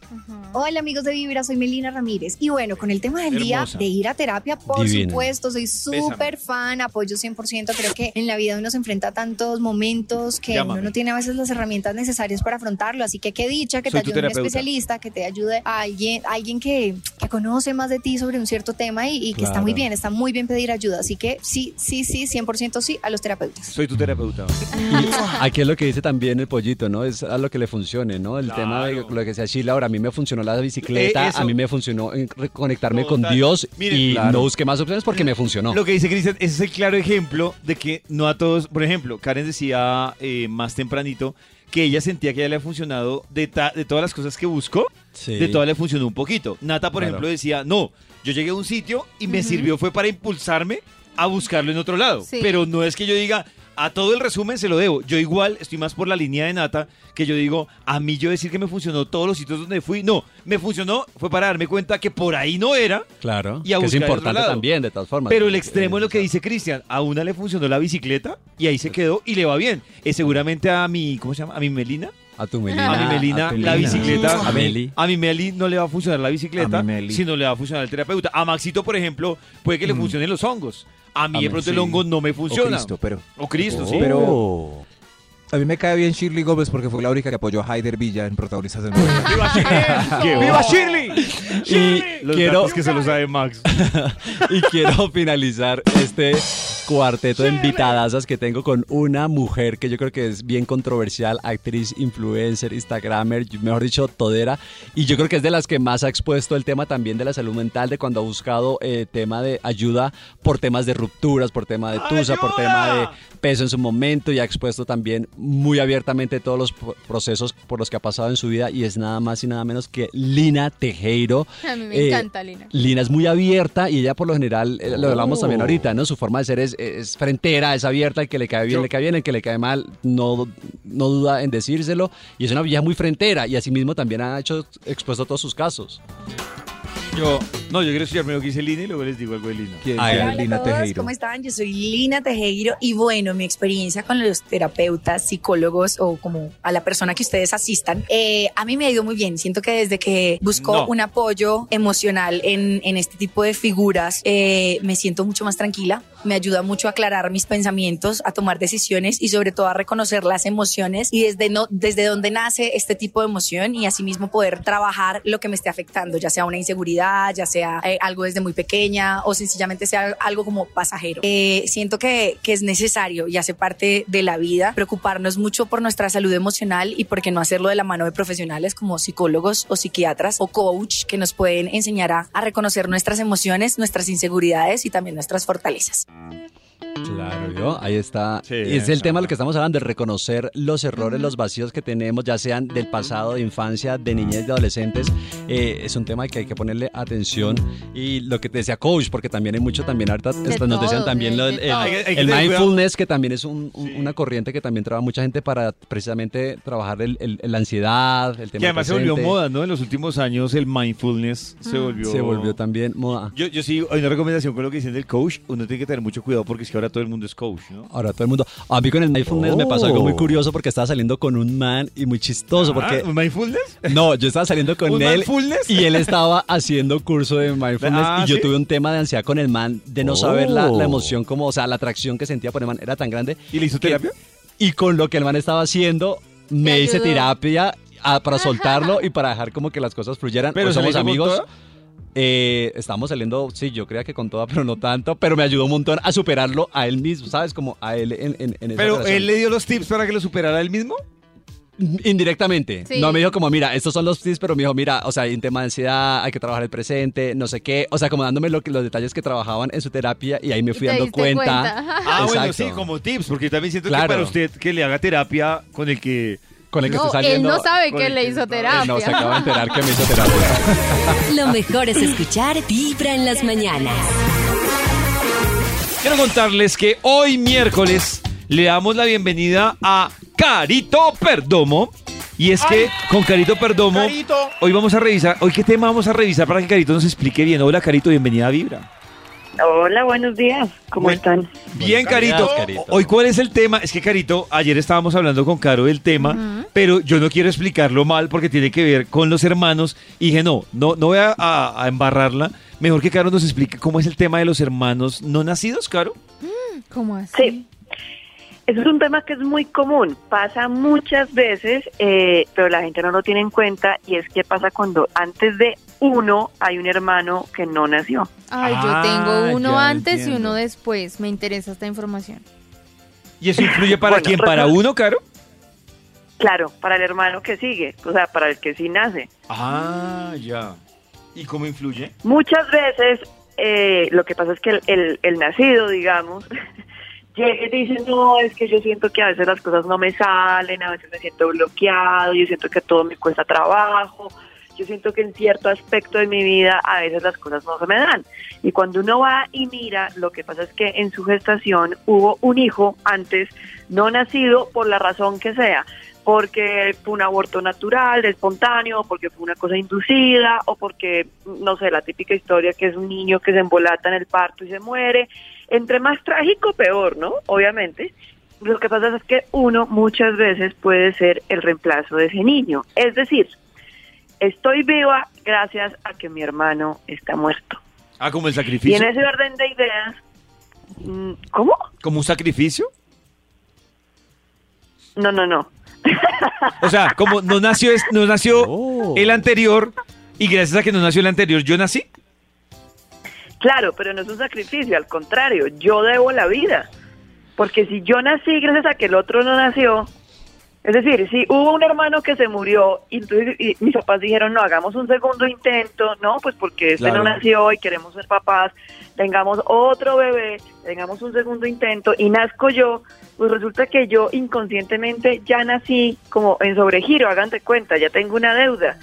S9: Hola amigos de Vibra, soy Melina Ramírez. Y bueno, con el tema del día
S10: Hermosa.
S9: de ir a terapia, por
S10: Divina.
S9: supuesto, soy súper fan, apoyo 100%, creo que en la vida uno se enfrenta a tantos momentos que
S13: Llámame.
S9: uno no tiene a veces las herramientas necesarias para afrontarlo, así que qué dicha que
S13: Soy tu
S9: te ayude un
S13: terapeuta.
S9: especialista, que te ayude a alguien, a alguien que, que conoce más de ti sobre un cierto tema y, y que está
S2: Claro.
S9: muy bien, está muy bien pedir ayuda, así que sí, sí, sí, 100% sí a los terapeutas.
S2: Soy tu terapeuta.
S10: Aquí es lo que dice también el pollito, ¿no? Es a lo que le funcione, ¿no? El tema de lo que decía Sheila, ahora a mí me funcionó la bicicleta,
S2: Eh, eso.
S10: a mí me funcionó en re- conectarme con
S2: Total.
S10: Dios
S2: Miren,
S10: y
S2: claro.
S10: no busqué más opciones porque me funcionó.
S2: Lo que dice Cristian, ese es el claro ejemplo de que no a todos, por ejemplo, Karen decía eh, más tempranito que ella sentía que ya le ha funcionado de, ta- de todas las cosas que buscó,
S10: Sí.
S2: de todas le funcionó un poquito. Nata, por
S10: Claro.
S2: ejemplo, decía, no, yo llegué a un sitio y me sirvió fue para impulsarme a buscarlo en otro lado.
S4: Sí.
S2: Pero no es que yo diga, a todo el resumen se lo debo. Yo igual estoy más por la línea de Nata, que yo digo, a mí yo decir que me funcionó todos los sitios donde fui, no, me funcionó fue para darme cuenta que por ahí no era.
S10: Claro,
S2: Y a
S10: que es
S2: buscar el otro
S10: importante
S2: lado.
S10: también, de todas formas.
S2: Pero el extremo es lo que dice Cristian. A una le funcionó la bicicleta y ahí se quedó y le va bien. Es seguramente a mi, ¿cómo se llama? A mi Melina.
S10: A tu Melina,
S2: A mi Melina,
S10: a tu
S2: la
S10: Melina.
S2: bicicleta.
S10: A Meli.
S2: A mi Meli no le va a funcionar la
S1: A
S2: bicicleta,
S1: mi Meli.
S2: sino le va a funcionar el terapeuta. A Maxito, por ejemplo, puede que le funcionen los hongos. A mí
S1: A
S2: de
S1: mí,
S2: pronto el
S1: sí.
S2: hongo no me funciona.
S1: O Cristo, pero.
S2: O Cristo,
S1: Oh.
S2: sí.
S1: Pero. A mí me cae bien Shirley Gómez porque fue la única que apoyó a Haider Villa en protagonistas del novela.
S2: ¡Qué
S1: ¡Viva
S2: Shirley! ¡Oh!
S10: Y
S2: Los
S10: quiero,
S2: datos que se los sabe Max.
S10: y quiero finalizar este cuarteto de invitadasas que tengo con una mujer que yo creo que es bien controversial, actriz, influencer, instagramer, mejor dicho, todera. Y yo creo que es de las que más ha expuesto el tema también de la salud mental, de cuando ha buscado eh, tema de ayuda por temas de rupturas, por tema de tusa, por tema de peso en su momento y ha expuesto también muy abiertamente todos los pro- procesos por los que ha pasado en su vida y es nada más y nada menos que Lina Tejero.
S4: A mí me
S10: Eh,
S4: encanta, Lina.
S10: Lina es muy abierta y ella por lo general, eh, lo hablamos
S4: Oh.
S10: también ahorita, ¿no? Su forma de ser es, es frentera, es abierta, el que le cae bien, le cae bien, el que le cae mal, no, no duda en decírselo. Y es una vieja muy frentera y asimismo también ha hecho expuesto todos sus casos.
S2: Yo, no, yo quiero estudiar primero que dice Lina y luego les digo algo de Lina.
S1: ¿Quién
S10: Ay,
S9: Hola a todos, ¿Cómo están? Yo soy Lina Tejero y bueno, mi experiencia con los terapeutas, psicólogos o como a la persona que ustedes asistan, eh, a mí me ha ido muy bien. Siento que desde que busco
S14: No.
S9: un apoyo emocional en, en este tipo de figuras, eh, me siento mucho más tranquila. Me ayuda mucho a aclarar mis pensamientos, a tomar decisiones y sobre todo a reconocer las emociones y desde, no, desde dónde nace este tipo de emoción y asimismo poder trabajar lo que me esté afectando, ya sea una inseguridad, ya sea eh, algo desde muy pequeña o sencillamente sea algo como pasajero. Eh, siento que, que es necesario y hace parte de la vida preocuparnos mucho por nuestra salud emocional y por qué no hacerlo de la mano de profesionales como psicólogos o psiquiatras o coach que nos pueden enseñar a, a reconocer nuestras emociones, nuestras inseguridades y también nuestras fortalezas.
S10: Claro,
S2: Mm.
S10: ¿vio? ahí está. Y es el tema de lo que estamos hablando, de reconocer los errores, los vacíos que tenemos, ya sean del pasado, de infancia, de niñez, de adolescentes. Eh, es un tema que hay que ponerle atención. Y lo que te decía coach, porque también hay mucho también, ahorita esta- nos
S2: todo,
S10: decían también
S2: de-
S10: lo
S2: de
S10: del-
S2: todo. Hay que- hay que
S10: el, el
S2: tener cuidado.
S10: mindfulness, que también es un- un- una corriente que también trabaja mucha gente para precisamente trabajar el- el- la ansiedad, el tema
S2: Que además se volvió
S10: presente.
S2: moda, ¿no? En los últimos años el mindfulness
S4: Mm.
S2: se volvió...
S10: Se volvió también moda.
S2: Yo, yo sí, hay una recomendación con lo que dicen del coach. Uno tiene que tener mucho cuidado porque es que ahora todo el mundo es coach. coach, ¿no?
S10: Ahora todo el mundo. A mí con el mindfulness me pasó algo muy curioso porque estaba saliendo con un man y muy chistoso.
S2: Oh. Ah,
S10: porque,
S2: ¿un mindfulness?
S10: No, yo estaba saliendo con
S2: ¿Un
S10: él.
S2: mindfulness?
S10: Y él estaba haciendo curso de mindfulness
S2: Ah,
S10: y yo
S2: ¿sí?
S10: tuve un tema de ansiedad con el man de no saber la,
S2: Oh.
S10: la emoción, como, o sea, la atracción que sentía por el man era tan grande.
S2: ¿Y le hizo terapia?
S10: Y con lo que el man estaba haciendo, me hice
S2: ayudó?
S10: terapia ah, para soltarlo y para dejar como que las cosas fluyeran.
S2: ¿Pero
S10: Hoy somos
S2: saliste con
S10: amigos.
S2: toda?
S10: Eh, estábamos saliendo, sí, yo creía que con toda, pero no tanto, pero me ayudó un montón a superarlo a él mismo, ¿sabes? Como a él en, en, en esa
S2: Pero
S10: relación.
S2: él le dio los tips para que lo superara él mismo.
S10: Indirectamente.
S2: Sí.
S10: No me dijo como, mira, estos son los tips, pero me dijo, mira, o sea, hay un tema de ansiedad, hay que trabajar el presente, no sé qué. O sea, como dándome lo que- los detalles que trabajaban en su terapia y ahí me fui
S2: te
S10: dando
S2: diste
S10: cuenta.
S2: cuenta. Ah, bueno, sí,
S10: Exacto.
S2: como tips, porque yo también siento que
S10: Claro.
S2: para usted que le haga terapia con el que
S10: con
S4: el que No, esté saliendo- él no sabe que le hizo terapia.
S10: No, se acaba de enterar que me hizo terapia.
S5: Lo mejor es escuchar Vibra en las mañanas.
S2: Quiero contarles que hoy miércoles le damos la bienvenida a Carito Perdomo. Y es que con Carito Perdomo,
S6: Carito.
S2: hoy vamos a revisar, hoy qué tema vamos a revisar para que Carito nos explique bien. Hola Carito, bienvenida a Vibra.
S13: Hola, buenos días. ¿Cómo están?
S2: Bien,
S13: Buenos
S2: Carito.
S13: días,
S2: Hoy cuál es el tema? Es que Carito, ayer estábamos hablando con Caro del tema, pero yo no quiero explicarlo mal porque tiene que ver con los hermanos. Y dije, no, no, no voy a, a- a embarrarla. Mejor que Caro nos explique cómo es el tema de los hermanos no nacidos, Caro.
S4: ¿Cómo así?
S13: Sí. Eso es un tema que es muy común, pasa muchas veces, eh, pero la gente no lo tiene en cuenta y es que pasa cuando antes de uno hay un hermano que no nació.
S4: Ay,
S2: Ah,
S4: yo tengo uno
S2: ya
S4: antes y
S2: entiendo.
S4: uno después. Me interesa esta información.
S2: ¿Y eso influye para quién? ¿Para uno, Caro?
S13: Claro, para el hermano que sigue, o sea, para el que sí nace.
S2: Ah, ya. ¿Y cómo influye?
S13: Muchas veces eh, lo que pasa es que el, el- el nacido, digamos, llega y dice, no, es que yo siento que a veces las cosas no me salen, a veces me siento bloqueado, yo siento que todo me cuesta trabajo, yo siento que en cierto aspecto de mi vida a veces las cosas no se me dan. Y cuando uno va y mira, lo que pasa es que en su gestación hubo un hijo antes no nacido por la razón que sea, porque fue un aborto natural, espontáneo, porque fue una cosa inducida, o porque, no sé, la típica historia que es un niño que se embolata en el parto y se muere. Entre más trágico, peor, ¿no? Obviamente. Lo que pasa es que uno muchas veces puede ser el reemplazo de ese niño. Es decir, estoy viva gracias a que mi hermano está muerto.
S2: Ah, como el
S13: Y
S2: sacrificio.
S13: en ese orden de ideas, mm, ¿cómo?
S2: ¿Como un sacrificio?
S13: No, no, no.
S2: O sea, como no nació, es- no nació el anterior y gracias a que no nació el anterior, yo nací.
S13: Claro, pero no es un sacrificio, al contrario, yo debo la vida. Porque si yo nací gracias a que el otro no nació, es decir, si hubo un hermano que se murió y, entonces- y mis papás dijeron, no, hagamos un segundo intento, no, pues porque este
S14: Claro.
S13: no nació y queremos ser papás, tengamos otro bebé, tengamos un segundo intento y nazco yo, pues resulta que yo inconscientemente ya nací como en sobregiro, hagan de cuenta, ya tengo una deuda.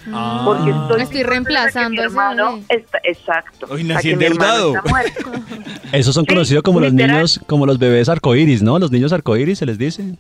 S13: Porque Ah. estoy, reemplazando a mi hermano. está- exacto.
S10: Hoy
S13: a
S10: nací
S13: que mi hermano
S10: endeudado.
S13: está muerto.
S10: Esos son conocidos como los niños, como los bebés arcoíris, ¿no? Los niños arcoíris se les dice.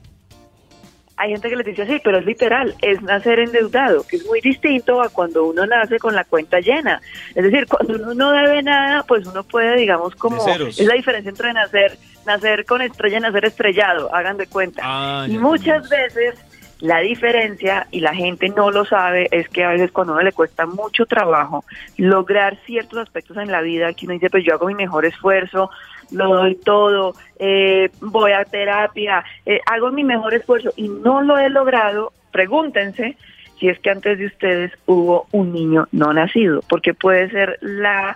S13: Hay gente que les dice así, pero es literal, es nacer endeudado, que es muy distinto a cuando uno nace con la cuenta llena. Es decir, cuando uno no debe nada, pues uno puede, digamos, como...
S14: De ceros.
S13: Es la diferencia entre nacer, nacer con estrella y nacer estrellado, hagan de cuenta.
S14: Ah,
S13: y muchas veces la diferencia, y la gente no lo sabe, es que a veces cuando a uno le cuesta mucho trabajo lograr ciertos aspectos en la vida, que uno dice, pues yo hago mi mejor esfuerzo, lo doy todo, eh, voy a terapia, eh, hago mi mejor esfuerzo y no lo he logrado, pregúntense si es que antes de ustedes hubo un niño no nacido, porque pues, puede ser la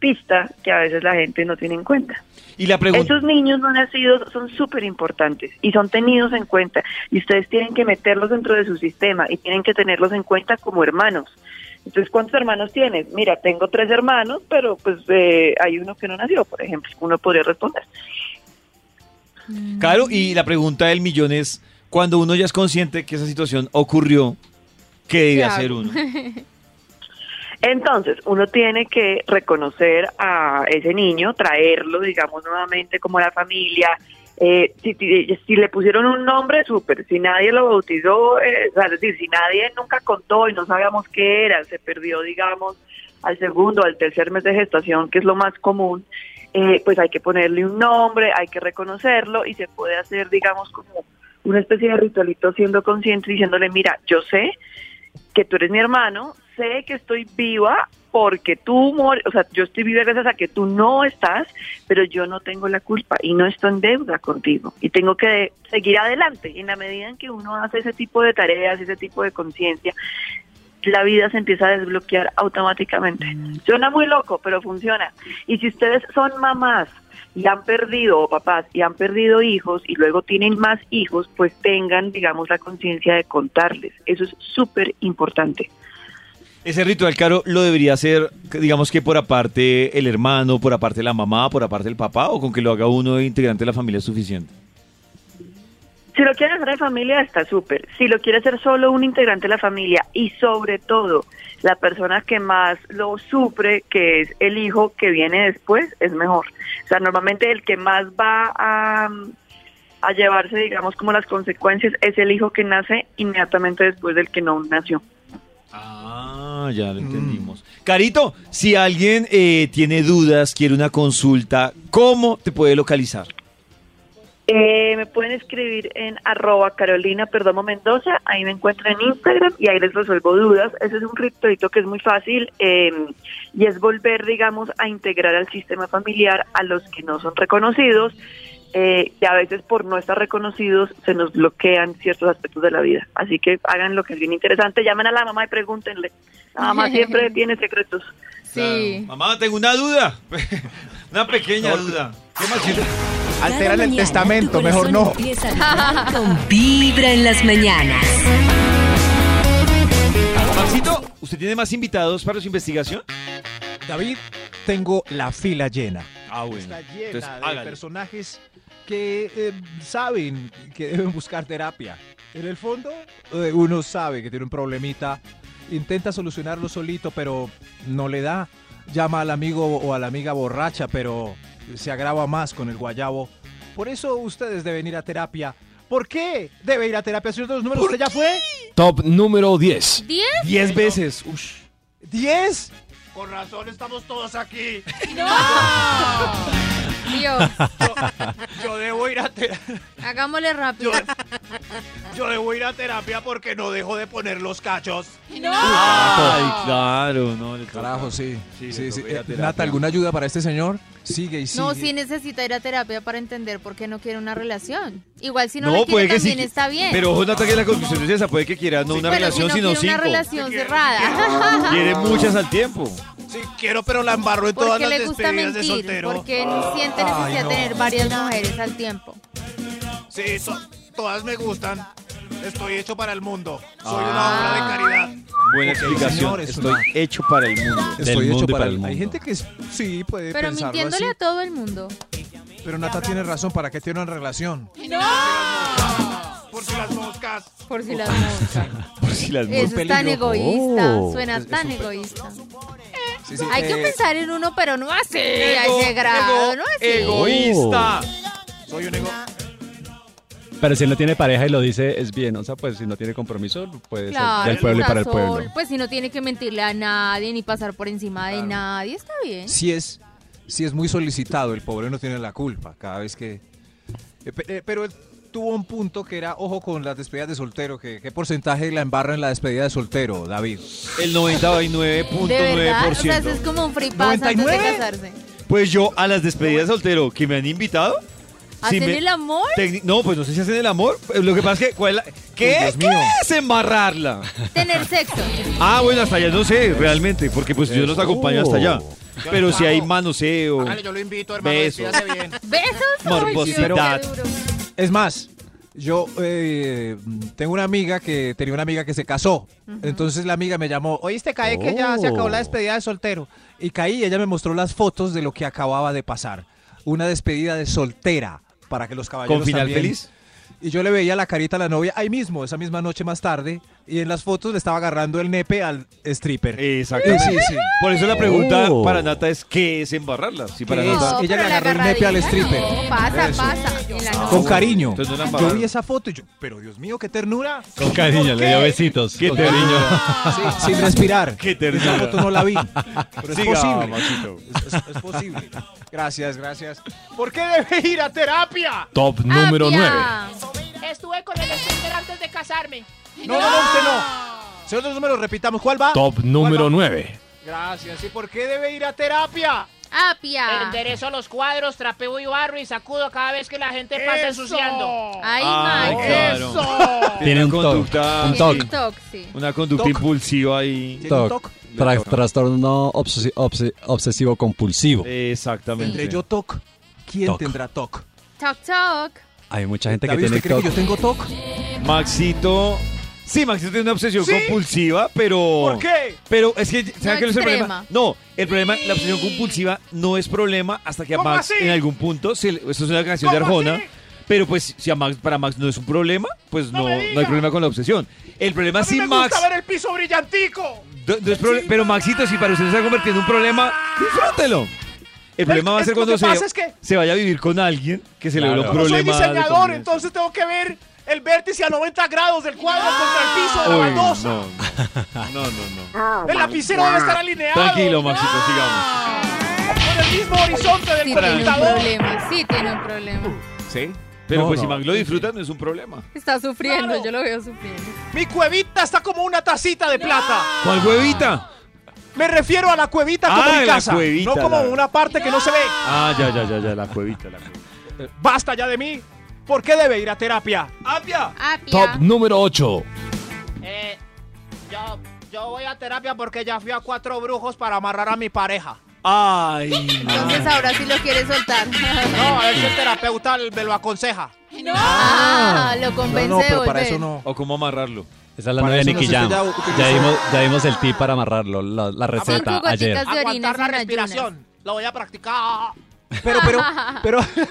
S13: pista que a veces la gente no tiene en cuenta.
S2: Y la pregunta.
S13: Esos niños no nacidos son súper importantes y son tenidos en cuenta y ustedes tienen que meterlos dentro de su sistema y tienen que tenerlos en cuenta como hermanos. Entonces, ¿cuántos hermanos tienes? Mira, tengo tres hermanos, pero pues eh, hay uno que no nació, por ejemplo, uno podría responder.
S2: Claro, y la pregunta del millón es, cuando uno ya es consciente que esa situación ocurrió, ¿qué debe hacer uno?
S13: Entonces, uno tiene que reconocer a ese niño, traerlo, digamos, nuevamente como a la familia. Eh, si, ti- si le pusieron un nombre, súper. Si nadie lo bautizó, eh, o sea, es decir, si nadie nunca contó y no sabíamos qué era, se perdió, digamos, al segundo, al tercer mes de gestación, que es lo más común, eh, pues hay que ponerle un nombre, hay que reconocerlo y se puede hacer, digamos, como una especie de ritualito siendo consciente, diciéndole, mira, yo sé que tú eres mi hermano, sé que estoy viva porque tú, mor- o sea, yo estoy viva gracias a que tú no estás, pero yo no tengo la culpa y no estoy en deuda contigo. Y tengo que seguir adelante. Y en la medida en que uno hace ese tipo de tareas, ese tipo de conciencia, la vida se empieza a desbloquear automáticamente. Suena muy loco, pero funciona. Y si ustedes son mamás y han perdido, o papás, y han perdido hijos y luego tienen más hijos, pues tengan, digamos, la conciencia de contarles. Eso es súper importante.
S2: Ese ritual, Caro, ¿lo debería hacer, digamos que por aparte el hermano, por aparte la mamá, por aparte el papá, o con que lo haga uno integrante de la familia es suficiente?
S13: Si lo quiere hacer en familia, está súper. Si lo quiere hacer solo un integrante de la familia y sobre todo la persona que más lo supre, que es el hijo que viene después, es mejor. O sea, normalmente el que más va a, a llevarse, digamos, como las consecuencias es el hijo que nace inmediatamente después del que no nació.
S2: Ah, ya lo entendimos. Carito, si alguien eh, tiene dudas, quiere una consulta, ¿cómo te puede localizar?
S13: Eh, me pueden escribir en arroba carolina perdomo mendoza, ahí me encuentran en Instagram y ahí les resuelvo dudas. Ese es un ritualito que es muy fácil eh, y es volver, digamos, a integrar al sistema familiar a los que no son reconocidos, eh, que a veces por no estar reconocidos se nos bloquean ciertos aspectos de la vida. Así que hagan lo que es bien interesante, llamen a la mamá y pregúntenle. La mamá siempre tiene secretos.
S4: Sí.
S2: Mamá, tengo una duda. una pequeña duda. ¿Qué más sirve?
S1: Alteran el testamento, mejor
S5: corazón
S1: no.
S5: empieza a vibrar con Vibra en las mañanas.
S2: Maxito, ¿usted tiene más invitados para su investigación?
S1: David, tengo la fila llena.
S2: Ah, bueno.
S1: Está llena
S2: Entonces,
S1: de
S2: hágale.
S1: personajes que eh, saben que deben buscar terapia. En el fondo, eh, uno sabe que tiene un problemita, intenta solucionarlo solito, pero no le da. Llama al amigo o a la amiga borracha, pero se agrava más con el guayabo. Por eso ustedes deben ir a terapia. ¿Por qué debe ir a terapia? Señor de los números, ¿usted ya fue?
S14: Top número 10.
S4: ¿Diez?
S2: Diez veces. Ush.
S1: ¿Diez?
S6: Con razón estamos todos aquí.
S4: Dios,
S6: Yo debo ir a terapia.
S4: hagámosle rápido.
S6: Yo debo ir a terapia porque no dejo de poner los cachos.
S2: Ay, claro, no.
S1: Carajo, sí.
S2: Sí,
S1: Sí,
S2: le
S1: sí,
S2: toca
S1: Eh,
S2: ir a terapia.
S1: Nata, ¿alguna ayuda para este señor? Sigue y sigue.
S4: No, sí necesita ir a terapia para entender por qué no quiere una relación. Igual si no,
S2: No,
S4: la
S2: puede
S4: quiere
S2: que
S4: también
S2: sí.
S4: está bien.
S2: Pero ojo, Nata, que la conclusión es esa. Puede que quiera no una
S4: Pero
S2: relación,
S4: si no
S2: sino
S4: quiere
S2: cinco.
S4: una relación cerrada.
S2: Quiere muchas al tiempo.
S6: Sí, quiero, pero la embarro en todas
S4: Porque
S6: las
S4: le gusta
S6: despedidas de
S4: mentir,
S6: soltero.
S4: porque siente
S6: Ay,
S4: necesidad
S6: no.
S4: de tener varias mujeres al tiempo.
S6: Sí, to- todas me gustan. Estoy hecho para el mundo. Soy
S4: Ah.
S6: una obra de caridad.
S2: Buena
S1: Ok,
S2: explicación.
S1: señor, es
S2: Estoy
S1: una-
S2: hecho para el mundo. Del
S1: Estoy hecho
S2: mundo y
S1: para el
S2: mundo.
S1: Hay gente que es- sí puede
S4: Pero
S1: pensarlo
S4: mintiéndole a
S1: así.
S4: todo el mundo.
S1: Pero Nata tiene razón, ¿para qué tiene una relación?
S6: Por si las moscas.
S4: Por si las moscas.
S2: Por si las moscas.
S4: Eso es tan egoísta.
S1: Oh.
S4: Suena
S1: Es- es
S4: tan
S1: un pe-
S4: egoísta.
S1: Sí, sí,
S4: Hay que
S1: eh,
S4: pensar en uno, pero no así, a
S2: Ego,
S4: ese grado,
S2: ego,
S4: no así.
S2: Egoísta.
S6: Soy un ego.
S10: Pero si él no tiene pareja y lo dice, es bien. O sea, pues si no tiene compromiso, puede
S4: Claro,
S10: ser del pueblo y
S4: está
S10: para el pueblo.
S4: solo. Pues si no tiene que mentirle a nadie ni pasar por encima de nadie, está bien.
S1: Si es, si es muy solicitado, el pobre no tiene la culpa cada vez que... eh, pe- eh, Pero él tuvo un punto que era, ojo con las despedidas de soltero, que, ¿qué porcentaje la embarra en la despedida de soltero, David?
S2: El
S4: De verdad, o sea, eso
S2: 99.9%.
S4: es como un free pass antes de
S2: 99.
S4: casarse.
S2: Pues yo a las despedidas de soltero que me han invitado. si
S4: ¿Hacen
S2: me-
S4: el amor?
S2: Tecni- No, pues no sé si hacen el amor. Eh, Lo que pasa es que. ¿cuál es la- ¿Qué,
S1: Dios
S2: ¿Qué
S1: mío.
S2: es embarrarla?
S4: Tener sexo.
S2: Ah, bueno, hasta allá no sé, realmente, porque pues yo los acompaño hasta allá. Pero si hay manoseo,
S6: Hágale, yo lo invito, hermano.
S2: Beso.
S6: Despídase bien.
S4: Besos.
S2: morbosidad.
S1: Es más, yo eh, tengo una amiga que tenía una amiga que se casó. Entonces la amiga me llamó, oíste, cae que ya se
S2: Oh.
S1: acabó la despedida de soltero. Y caí y ella me mostró las fotos de lo que acababa de pasar. Una despedida de soltera para que los caballeros
S2: ¿Con final
S1: también-
S2: feliz?
S1: Y yo le veía la carita a la novia ahí mismo, esa misma noche más tarde, Y en las fotos le estaba agarrando el nepe al stripper.
S2: Exacto.
S1: Sí, sí.
S2: Eh, Por eso la pregunta
S1: Oh.
S2: para Nata es ¿qué es embarrarla? Sí, para
S1: ¿Qué es?
S2: Nata.
S1: Ella le agarró el nepe al stripper.
S4: No, pasa,
S1: Eso.
S4: pasa. En la noche.
S1: Con cariño.
S2: Entonces no la
S1: yo
S2: embarraron.
S1: vi esa foto y yo, pero Dios mío, qué ternura.
S10: Con cariño, le dio besitos. Con cariño.
S1: Sí, sin respirar.
S2: Qué
S1: Esa
S2: ternura.
S1: foto no la vi. Pero es
S2: Siga,
S1: posible.
S2: Maxito.
S1: Es, es- es posible. Gracias, gracias. ¿Por qué debe ir a terapia?
S14: Top
S4: ah,
S14: número 9.
S6: Estuve con el stripper antes de casarme.
S1: No, no, no, usted no. Si otros números repitamos, ¿cuál va?
S14: Top número 9.
S1: Gracias. ¿Y por qué debe ir a terapia?
S4: Apia.
S6: Enderezo los cuadros, trapeo y barro y sacudo cada vez que la gente pasa ensuciando.
S4: Ay,
S2: Ay,
S4: Max.
S2: claro.
S10: Tiene un
S2: una
S10: toc,
S2: conducta,
S10: un
S2: sí,
S10: toc.
S4: TikTok, sí.
S2: una conducta impulsiva y
S10: Toc. Tra- trastorno obsesi- obse- obsesivo-compulsivo.
S2: Exactamente.
S1: Entre yo TOC. ¿Quién tendrá TOC?
S4: Talk, talk.
S10: Hay mucha gente que
S1: Eh, David,
S10: tiene
S1: ¿usted cree que yo tengo
S10: TOC.
S1: TOC?
S2: Maxito. Sí, Maxito tiene una obsesión
S1: ¿Sí?
S2: compulsiva, pero.
S1: ¿Por qué?
S2: Pero es que, ¿saben
S4: No
S2: qué es el
S4: extrema.
S2: problema? No, el problema, la obsesión compulsiva no es problema hasta que a
S1: ¿Cómo
S2: Max
S1: así?
S2: en algún punto, se le- esto es una canción de
S1: ¿Cómo
S2: Arjona,
S1: así?
S2: pero pues si a Max, para Max no es un problema, pues
S1: ¡No
S2: no,
S1: me
S2: no,
S1: diga!
S2: hay problema con la obsesión. El problema si Max,
S1: el piso brillantico.
S2: no- no es proble- pero Maxito, si para usted se está convirtiendo en un problema, disfrútelo. El problema va a
S1: es
S2: ser
S1: que lo
S2: cuando
S1: que
S2: se,
S1: pasa es que-
S2: se vaya a vivir con alguien que se le vea
S10: Claro.
S2: un
S10: Yo
S2: problema. de convivencia.
S1: tengo que ver el vértice a 90 grados del cuadro
S4: Ah.
S1: contra el piso
S2: Uy, no, no, no, no, no.
S6: Ah.
S1: El lapicero debe estar alineado. Ah.
S2: Tranquilo, Maxito, sigamos.
S1: Con el mismo horizonte
S4: Sí tiene un problema, sí tiene un problema.
S1: Sí.
S2: Pero
S10: No,
S2: pues
S10: no.
S2: si Max lo disfruta, no es un problema.
S4: Está sufriendo,
S1: Claro.
S4: yo lo veo sufriendo.
S1: Mi cuevita está como una tacita de plata.
S2: ¿Cuál huevita?
S1: Me refiero a la cuevita
S2: Ah,
S1: como mi
S2: la
S1: casa.
S2: cuevita,
S1: no como
S2: la-
S1: una parte que no se ve.
S2: Ah, ya, ya, ya, ya, la cuevita, la cuevita.
S1: Basta ya de mí. ¿Por qué debe ir a terapia? ¡Apia!
S4: Apia.
S14: Top número 8.
S6: Eh, yo, yo voy a terapia porque ya fui a cuatro brujos para amarrar a mi pareja.
S2: Ay,
S4: Entonces Pues ahora sí lo quiere soltar.
S6: No, a ver si el terapeuta me lo aconseja.
S4: Ah, lo convence de volver.
S1: no.
S2: o cómo amarrarlo.
S10: Esa es la
S1: Para
S10: nueva de
S1: eso no
S10: Nicky
S1: sé
S10: Jam.
S1: si ya
S10: Ya,
S1: utilizó- Ah,
S10: dimos, ya dimos el tip para amarrarlo, la, la receta
S4: Cinco
S10: ayer.
S4: goticas de orina
S6: Aguantar la
S4: sin ayunas.
S6: respiración. Lo voy a practicar.
S1: Pero, pero, pero.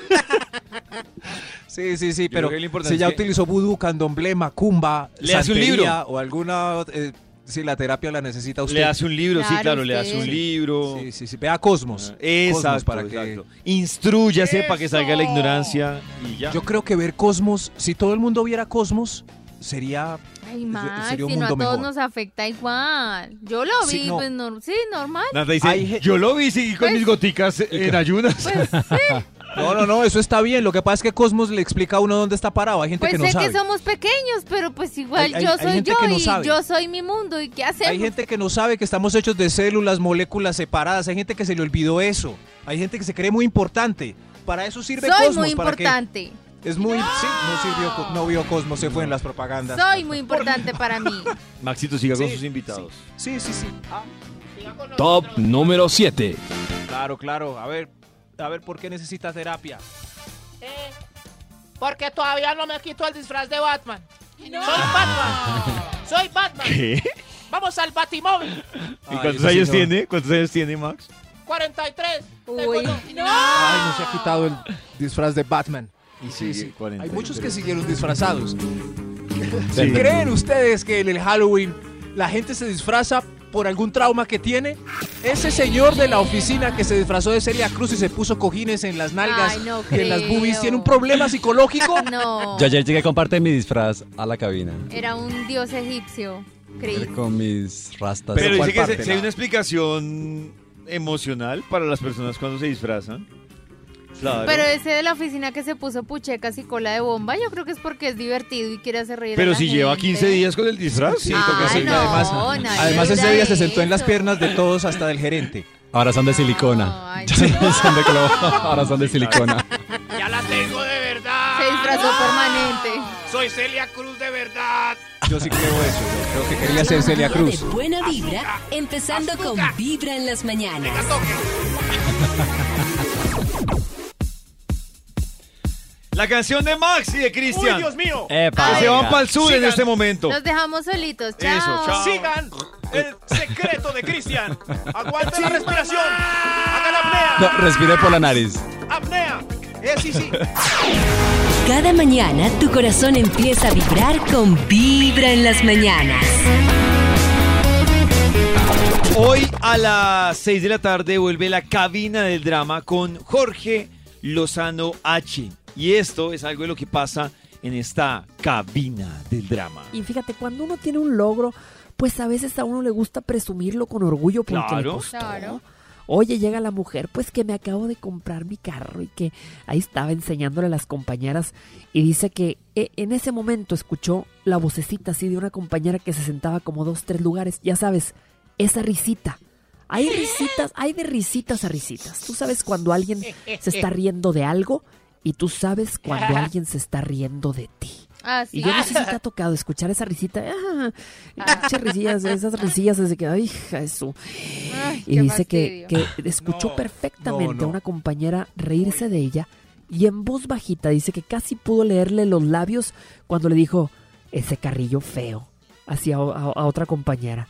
S1: sí, sí, sí, pero
S2: creo que lo importante
S1: si ya
S2: es que-
S1: utilizó vudú, candomblé, macumba,
S2: Le hace un libro.
S1: santería o alguna. eh, si la terapia la necesita usted.
S2: Le hace un libro, sí,
S4: Claro,
S2: claro, le hace
S4: usted.
S2: un libro.
S1: Sí, sí, sí. Vea Cosmos.
S2: Ah, Exacto,
S1: Cosmos para que-
S2: exacto. Instrúyase para que salga la ignorancia y ya.
S1: Yo creo que ver Cosmos, si todo el mundo viera Cosmos, sería.
S4: Ay,
S1: Sería
S4: Max,
S1: un
S4: si no a
S1: mundo
S4: todos
S1: mejor.
S4: nos afecta igual. Yo lo vi,
S1: Sí, no.
S4: pues nor- sí, normal.
S2: Nata dice,
S1: Hay ge-
S2: yo lo vi seguí con
S4: Pues-
S2: mis goticas en ayunas.
S4: Pues sí,
S1: No, no, no, eso está bien. Lo que pasa es que Cosmos le explica a uno dónde está parado. Hay gente
S4: pues
S1: que no
S4: sé
S1: sabe.
S4: que somos pequeños, pero pues igual
S1: Hay- hay-
S4: yo
S1: hay
S4: soy
S1: gente
S4: yo
S1: que no
S4: y
S1: sabe.
S4: yo soy mi mundo y qué hacemos.
S1: Hay gente que no sabe que estamos hechos de células, moléculas separadas. Hay gente que se le olvidó eso. Hay gente que se cree muy importante. Para eso sirve
S4: soy
S1: Cosmos.
S4: muy
S1: para que-
S4: importante.
S1: es muy. Sí, no sirvió. co- No vio Cosmos, se fue en las propagandas.
S4: Soy muy importante para mí.
S2: Maxito, siga con
S1: Sí,
S2: sus invitados.
S1: Sí, sí, sí.
S14: Top número 7.
S1: Claro, claro. A ver, a ver, ¿por qué necesita terapia?
S6: Eh, porque todavía no me quito el disfraz de Batman. Soy
S1: Ah.
S6: Batman. Soy Batman.
S2: ¿Qué?
S6: Vamos al Batimóvil.
S2: ¿Y
S1: Ay,
S2: cuántos
S1: ese
S2: años
S1: señor.
S2: tiene? ¿Cuántos años tiene, Max?
S6: 43.
S4: Uy.
S1: Ay, no se ha quitado el disfraz de Batman.
S2: Y
S1: Sí, sí. Hay muchos que
S2: sí.
S1: siguieron disfrazados.
S2: Sí.
S1: ¿Creen ustedes que en el Halloween la gente se disfraza por algún trauma que tiene? Ese señor de la oficina que se disfrazó de Celia Cruz y se puso cojines en las nalgas
S4: Ay, no
S1: y en las boobies
S4: creo.
S1: tiene un problema psicológico.
S4: No,
S10: Yo ayer llegué comparte mi disfraz a la cabina.
S4: era un dios egipcio, creí.
S10: Con mis rastas.
S2: Pero
S1: ¿cuál
S2: dice que
S1: parte?
S2: se- si hay una explicación emocional para las personas cuando se disfrazan. Claro.
S4: Pero ese de la oficina que se puso puchecas y cola de bomba, yo creo que es porque es divertido y quiere hacer reír a
S2: Pero
S4: la
S2: si lleva
S4: gente.
S2: 15 días con el disfraz, sí, toca
S4: Ay,
S2: hacer-
S4: no,
S1: además,
S4: nadie
S1: además ese
S4: dura
S1: día se sentó en las
S4: eso.
S1: piernas de todos hasta del gerente.
S10: Ahora son de
S4: No,
S10: silicona.
S4: ay,
S10: Ya no son de globo, Ahora son de silicona.
S6: Ya la tengo de verdad.
S4: Se disfrazó permanente.
S6: Soy Celia Cruz de verdad.
S1: Yo sí creo eso. Yo creo que quería ser Celia Cruz.
S5: De buena vibra, empezando con Vibra en las mañanas.
S2: La canción de Max y de Cristian.
S6: mío.
S10: Epa.
S2: Se van para el sur en este momento.
S4: Nos dejamos solitos, chao.
S2: Eso, chao.
S6: Sigan el secreto de Cristian. Aguanten la respiración. Hagan apnea.
S10: No, respire por la nariz.
S6: Apnea. sí, sí.
S5: Cada mañana tu corazón empieza a vibrar con Vibra en las mañanas.
S2: Hoy a las 6 de la tarde vuelve la cabina del drama con Jorge Lozano H. Y esto es algo de lo que pasa en esta cabina del drama.
S15: Y fíjate, cuando uno tiene un logro, pues a veces a uno le gusta presumirlo con orgullo porque le
S2: Claro.
S15: costó.
S2: Claro.
S15: Oye, llega la mujer, pues que me acabo de comprar mi carro y que ahí estaba enseñándole a las compañeras y dice que eh, en ese momento escuchó la vocecita así de una compañera que se sentaba como dos, tres lugares, ya sabes, esa risita. Hay risitas, hay de risitas a risitas. Tú sabes cuando alguien se está riendo de algo y tú sabes cuando alguien se está riendo de ti.
S4: Ah, sí.
S15: Y yo no sé si te ha tocado escuchar esa risita. ah, pinche risillas, esas risillas desde que, ay, hija de su.
S4: Ay,
S15: Y
S4: qué
S15: dice que,
S4: fastidio.
S15: que escuchó
S4: No,
S15: perfectamente
S4: no, no.
S15: a una compañera reírse de ella y en voz bajita dice que casi pudo leerle los labios cuando le dijo ese carrillo feo hacia o- a, a otra compañera.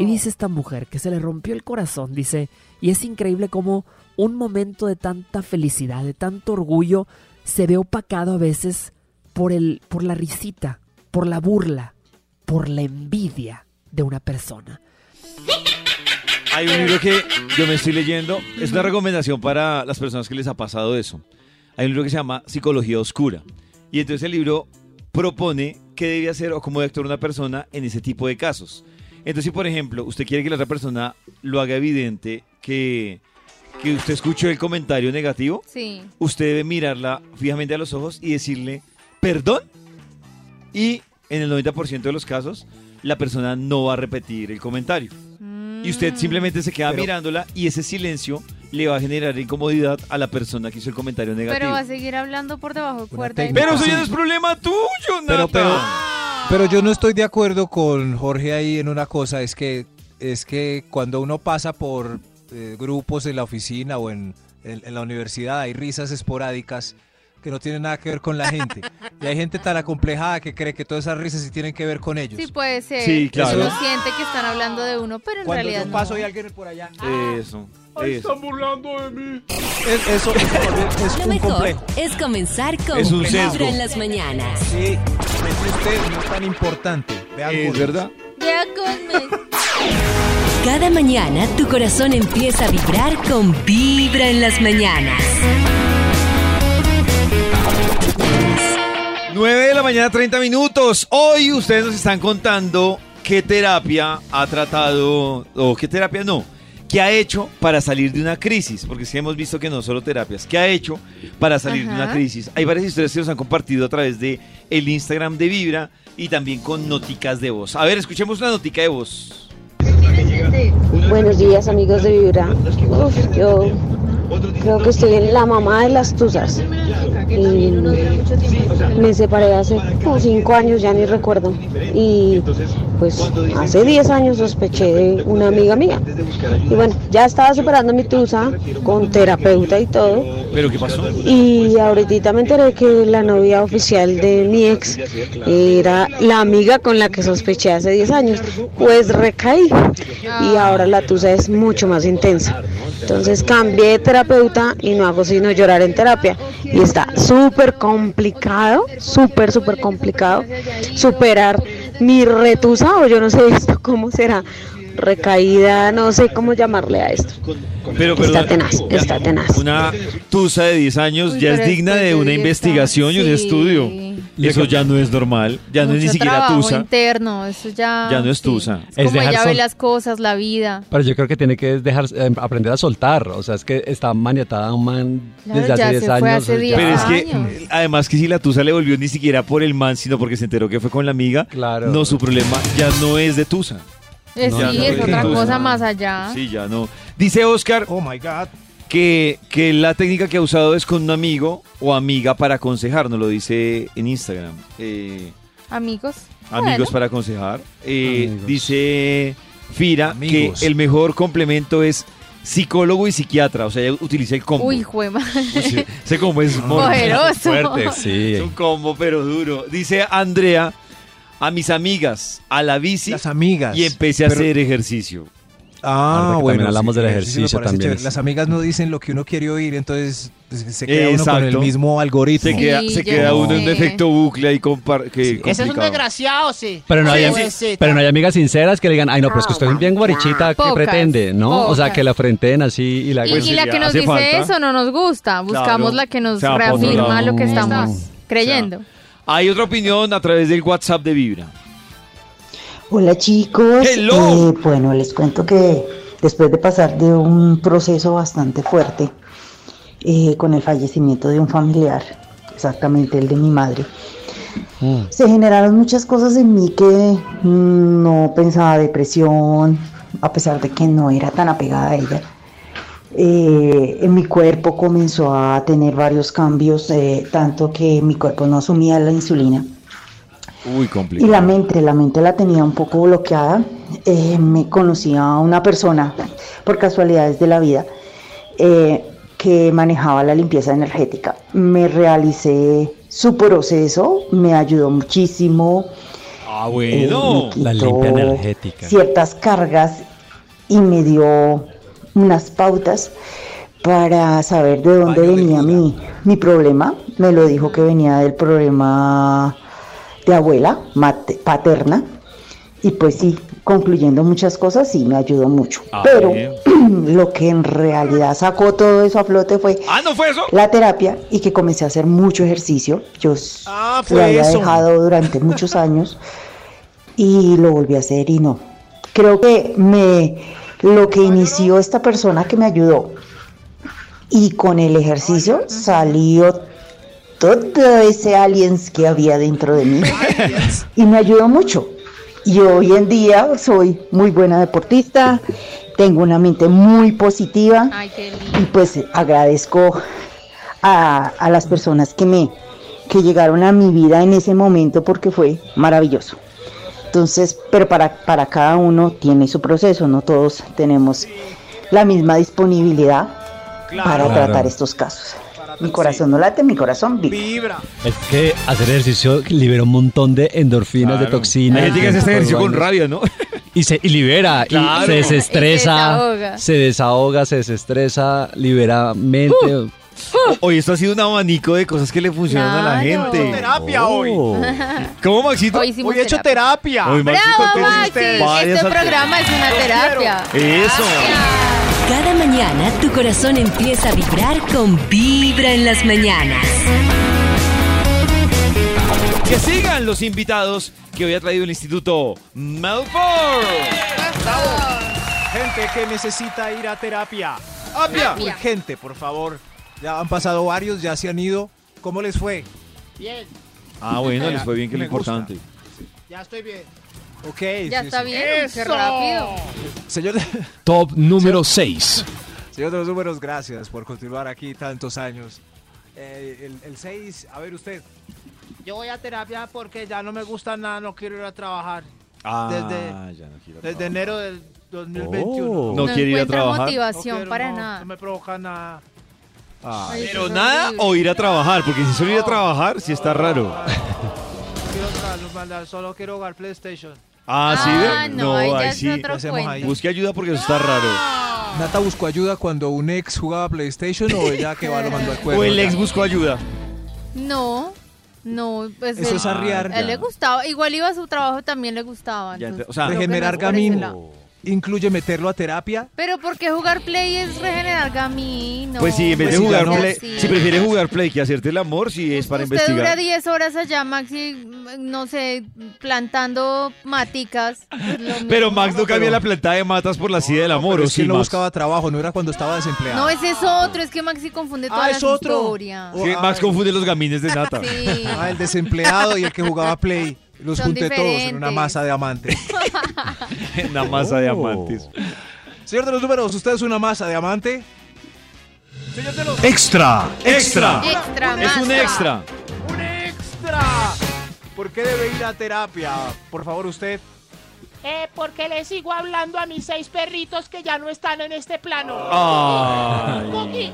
S15: Y dice esta mujer que se le rompió el corazón, dice, y es increíble cómo un momento de tanta felicidad, de tanto orgullo, se ve opacado a veces por el, por la risita, por la burla, por la envidia de una persona.
S2: Hay un libro que yo me estoy leyendo. Es una recomendación para las personas que les ha pasado eso. Hay un libro que se llama Psicología Oscura. Y entonces el libro propone qué debe hacer o cómo debe actuar una persona en ese tipo de casos. Entonces, si por ejemplo, usted quiere que la otra persona lo haga evidente que, que usted escuchó el comentario negativo,
S4: Sí.
S2: usted debe mirarla fijamente a los ojos y decirle, perdón. Y en el 90% de los casos, la persona no va a repetir el comentario. Y usted simplemente se queda
S14: Pero-
S2: mirándola y ese silencio le va a generar incomodidad a la persona que hizo el comentario
S4: Pero
S2: negativo.
S4: va a seguir hablando por debajo de cuerda. y-
S2: técnica, Pero eso ya sí. no es problema tuyo,
S1: Pero, pero, pero yo no estoy de acuerdo con Jorge ahí en una cosa, es que, es que cuando uno pasa por eh, grupos en la oficina o en, en- en la universidad hay risas esporádicas que no tienen nada que ver con la gente. Y hay gente tan acomplejada que cree que todas esas risas sí tienen que ver con ellos.
S4: Sí, puede ser.
S1: Sí, claro.
S4: Uno siente que están hablando de uno, pero en
S1: Cuando
S4: realidad
S1: yo paso
S4: no.
S1: y alguien por allá.
S2: Eso.
S1: Ay,
S2: Eh, eso.
S1: están
S14: burlando de mí.
S1: eso es
S5: Lo
S1: un
S5: mejor
S1: complejo.
S5: es comenzar con
S1: Es un sesgo.
S5: Vibra en las mañanas.
S1: Sí, es usted no es tan importante. es verdad.
S4: Ya come.
S5: Cada mañana tu corazón empieza a vibrar con Vibra en las mañanas.
S2: 9 de la mañana, 30 minutos. Hoy ustedes nos están contando qué terapia ha tratado, o qué terapia no, qué ha hecho para salir de una crisis, porque sí hemos visto que no solo terapias, qué ha hecho para salir de una
S14: Ajá.
S2: crisis. Hay varias historias que nos han compartido a través de el Instagram de Vibra y también con noticas de voz. A ver, escuchemos una notica de voz.
S16: Buenos días amigos de Vibra. Uf, yo creo que estoy en la mamá de las tuzas. Y me separé hace como cinco años, ya ni recuerdo. Y pues hace 10 años sospeché de una amiga mía. Y bueno, ya estaba superando mi tusa con terapeuta y todo.
S2: ¿Pero qué pasó?
S16: Y ahorita me enteré que la novia oficial de mi ex era la amiga con la que sospeché hace 10 años. Pues recaí y ahora la tusa es mucho más intensa. Entonces cambié de terapeuta y no hago sino llorar en terapia. Y está súper complicado, súper, súper complicado superar mi retusa o yo no sé esto cómo será. Recaída, no sé cómo llamarle a esto.
S2: Pero,
S16: Está tenaz, está tenaz.
S2: Una tusa de 10 años ya es
S16: pero
S2: digna
S16: después
S2: de
S16: de
S2: una
S16: 10
S2: investigación y un
S4: sí.
S2: estudio. Eso ya no es normal, ya no es ni
S4: Mucho
S2: siquiera
S4: trabajo
S2: tusa.
S4: interno, eso ya...
S2: Ya no es tusa.
S4: Ah, Es como ella ve las cosas, la vida.
S10: Pero yo creo que tiene que dejar, eh, aprender a soltar. O sea, es que está maniatada un man
S4: Claro,
S10: desde
S4: ya
S10: hace 10
S4: se fue hace
S10: años. o sea,
S4: 10
S2: Pero es que,
S4: años.
S2: eh, además que si la tusa le volvió ni siquiera por el man, sino porque se enteró que fue con la amiga, no, su problema ya no es de tusa.
S4: Eh,
S2: No,
S4: sí,
S2: ya
S4: es
S2: no.
S4: otra
S2: Tusa.
S4: cosa más allá.
S2: Sí, ya no. Dice Oscar que, que la técnica que ha usado es con un amigo o amiga para aconsejar, nos lo dice en Instagram. Eh,
S4: Amigos.
S2: Amigos
S4: Bueno.
S2: para aconsejar. Eh, Dice Fira
S1: Amigos.
S2: que el mejor complemento es psicólogo y psiquiatra. O sea, ella utiliza el combo.
S4: Uy, juema.
S2: Sí, Ese combo es muy
S4: Poderoso.
S2: fuerte. Es un combo, pero duro. Dice Andrea, a mis amigas, a la bici.
S1: Las amigas.
S2: Y empecé a
S1: Pero-
S2: hacer ejercicio.
S10: Ahorita
S1: Ah,
S10: que
S1: bueno.
S10: también hablamos del
S1: eso me
S10: ejercicio
S1: parece
S10: también
S1: chévere.
S10: es-
S1: Las amigas no dicen lo que uno quiere oír, entonces pues, se queda uno con el
S2: Exacto.
S1: mismo algoritmo.
S2: Se queda, se queda uno en defecto bucle ahí compar- que
S6: Ese es un
S2: complicado.
S6: desgraciado, sí.
S10: Pero no,
S6: Sí,
S10: hay,
S6: pobrecita.
S10: pero no hay amigas sinceras que le digan, ay, no, pero es que usted es bien guarichita, ¿qué
S4: Pocas,
S10: pretende? ¿No? O sea,
S4: pocas.
S10: que la frenten así y la
S4: Y, y la que nos dice eso no nos gusta.
S2: Claro.
S4: Buscamos la que nos
S2: O sea, por otro
S4: reafirma
S2: lado.
S4: lo que estamos creyendo.
S2: Hay otra opinión a través del WhatsApp de Vibra.
S17: Hola chicos,
S2: Hello.
S17: Eh, bueno les cuento que después de pasar de un proceso bastante fuerte eh, con el fallecimiento de un familiar, exactamente el de mi madre, se generaron muchas cosas en mí que mm, no pensaba depresión, a pesar de que no era tan apegada a ella. Eh, en mi cuerpo comenzó a tener varios cambios, eh, tanto que mi cuerpo no asumía la insulina.
S2: Uy,
S17: Y la
S2: complicado.
S17: mente, la mente la tenía un poco bloqueada. Eh, me conocía a una persona, por casualidades de la vida, eh, que manejaba la limpieza energética. Me realicé su proceso, me ayudó muchísimo.
S2: Ah,
S17: bueno.
S10: Eh, La limpia energética.
S17: Ciertas cargas y me dio unas pautas para saber de dónde venía mi, mi problema. Me lo dijo que venía del problema de abuela mate- paterna. Y pues sí, concluyendo muchas cosas, sí me ayudó mucho.
S2: Ah,
S17: Pero
S2: bien.
S17: lo que en realidad sacó todo eso a flote fue
S2: Ah, ¿no fue eso?
S17: la terapia y que comencé a hacer mucho ejercicio. Yo s-
S2: Ah, fue
S17: lo había
S2: eso.
S17: dejado durante muchos años y lo volví a hacer y no. Creo que me lo que inició esta persona que me ayudó y con el ejercicio salió todo ese aliens que había dentro de mí y me ayudó mucho. Y hoy en día soy muy buena deportista, tengo una mente muy positiva y pues agradezco a, a las personas que me que llegaron a mi vida en ese momento porque fue maravilloso. Entonces, pero para, para cada uno tiene su proceso, no todos tenemos la misma disponibilidad para
S10: Claro.
S17: tratar estos casos. Mi corazón no late, mi corazón vibra.
S10: Es que hacer ejercicio libera un montón de endorfinas, de toxinas.
S2: Hay gente que hace este ejercicio con
S10: Hormonas.
S2: rabia, ¿no?
S10: Y se y libera,
S2: Claro.
S10: y se
S2: Y
S10: desestresa,
S2: se desahoga.
S10: se desahoga, se desestresa, libera mente.
S2: Uh, Hoy esto ha sido un abanico de cosas que le funcionan a la
S1: Claro.
S2: gente. Oh.
S1: Terapia hoy.
S2: ¿Cómo, Maxito?
S4: Hoy hicimos
S1: Hoy he hecho terapia.
S2: Hoy, Maxito,
S4: ¡Bravo,
S2: entonces,
S4: Maxi!
S2: varias
S4: Este
S2: alternativas.
S4: programa es una terapia.
S2: Eso.
S5: Cada mañana tu corazón empieza a vibrar con Vibra en las mañanas.
S2: Que sigan los invitados que hoy ha traído el Instituto Melford.
S1: Gente que necesita ir a terapia.
S2: ¡Apia!
S1: Urgente, por favor. Ya han pasado varios, ya se han ido. ¿Cómo les fue?
S6: Bien,
S2: Ah, bueno, les fue bien, que es lo
S1: Me gusta.
S2: importante.
S6: ya estoy bien.
S1: Ok.
S4: Ya
S1: sí,
S4: está
S1: sí. Eh,
S4: bien, qué rápido.
S1: Señor,
S14: Top número 6.
S1: señor de los números, gracias por continuar aquí tantos años. Eh, el 6, a ver usted.
S6: Yo voy a terapia porque ya no me gusta nada, no quiero ir a trabajar.
S2: Ah,
S6: desde,
S2: ya no quiero
S6: desde
S2: trabajar.
S6: enero del 2021.
S2: Oh. No quiere ir a
S4: encuentra
S2: trabajar.
S4: motivación
S6: No quiero,
S4: para
S6: no,
S4: nada.
S6: No me provoca nada. Ay,
S2: Ay, Ah, pero
S6: qué
S2: nada
S6: horrible.
S2: o ir a trabajar, porque si solo ir a trabajar, sí está raro.
S6: No quiero tra- mandar, solo quiero jugar PlayStation.
S2: Ah, sí,
S6: Ah,
S2: ¿ve?
S6: no, ahí ya es
S2: sí.
S6: otro ¿Qué hacemos cuento. ahí?
S2: Busque Pues, ayuda porque eso está raro.
S1: ¿Nata buscó ayuda cuando un ex jugaba PlayStation o ella que va lo mandó al cuerpo?
S2: O el ex buscó ayuda.
S4: No, no. Pues
S1: Eso
S4: él-
S1: es arriar.
S4: A él le gustaba. Igual iba a su trabajo, también le gustaba.
S1: Ya,
S4: entonces
S1: o sea,
S4: creo que
S1: regenerar
S4: no es por ese
S1: gamín
S4: lado.
S1: incluye meterlo a terapia.
S4: Pero ¿por qué jugar play es regenerar gamino?
S2: pues sí, en vez
S1: Pues
S2: de
S1: sí, ya
S2: jugar
S1: no.
S2: play,
S4: Sí.
S2: si prefiere jugar play que hacerte el amor, si es para
S4: Usted dura
S2: investigar.
S4: 10 horas allá, Maxi, no sé, plantando maticas. pues lo mismo.
S2: Pero Max no cambia la plantada de matas por la sida del amor,
S1: Pero
S2: ¿o
S1: es que
S2: sí,
S1: él no
S2: Max?
S1: buscaba trabajo, no era cuando estaba desempleado.
S4: No, ese es otro, es que Maxi confunde todas
S1: Ah,
S4: las
S1: es otro.
S4: historias.
S2: Sí, Max confunde los gamines de nata.
S1: Ah, el desempleado y el que jugaba Play. Los
S4: Son
S1: junté todos en una
S4: diferentes.
S1: masa de amantes.
S2: Una masa de amantes.
S1: Señor de los números, ¿usted es una masa de amante?
S7: Extra.
S2: Extra.
S4: Extra,
S2: Es un
S4: masa.
S2: extra.
S1: ¡Extra! ¿Por qué debe ir a terapia? Por favor, usted.
S6: Eh, porque le sigo hablando a mis seis perritos que ya no están en este plano.
S1: Ah,
S2: Ay,
S6: Cookie,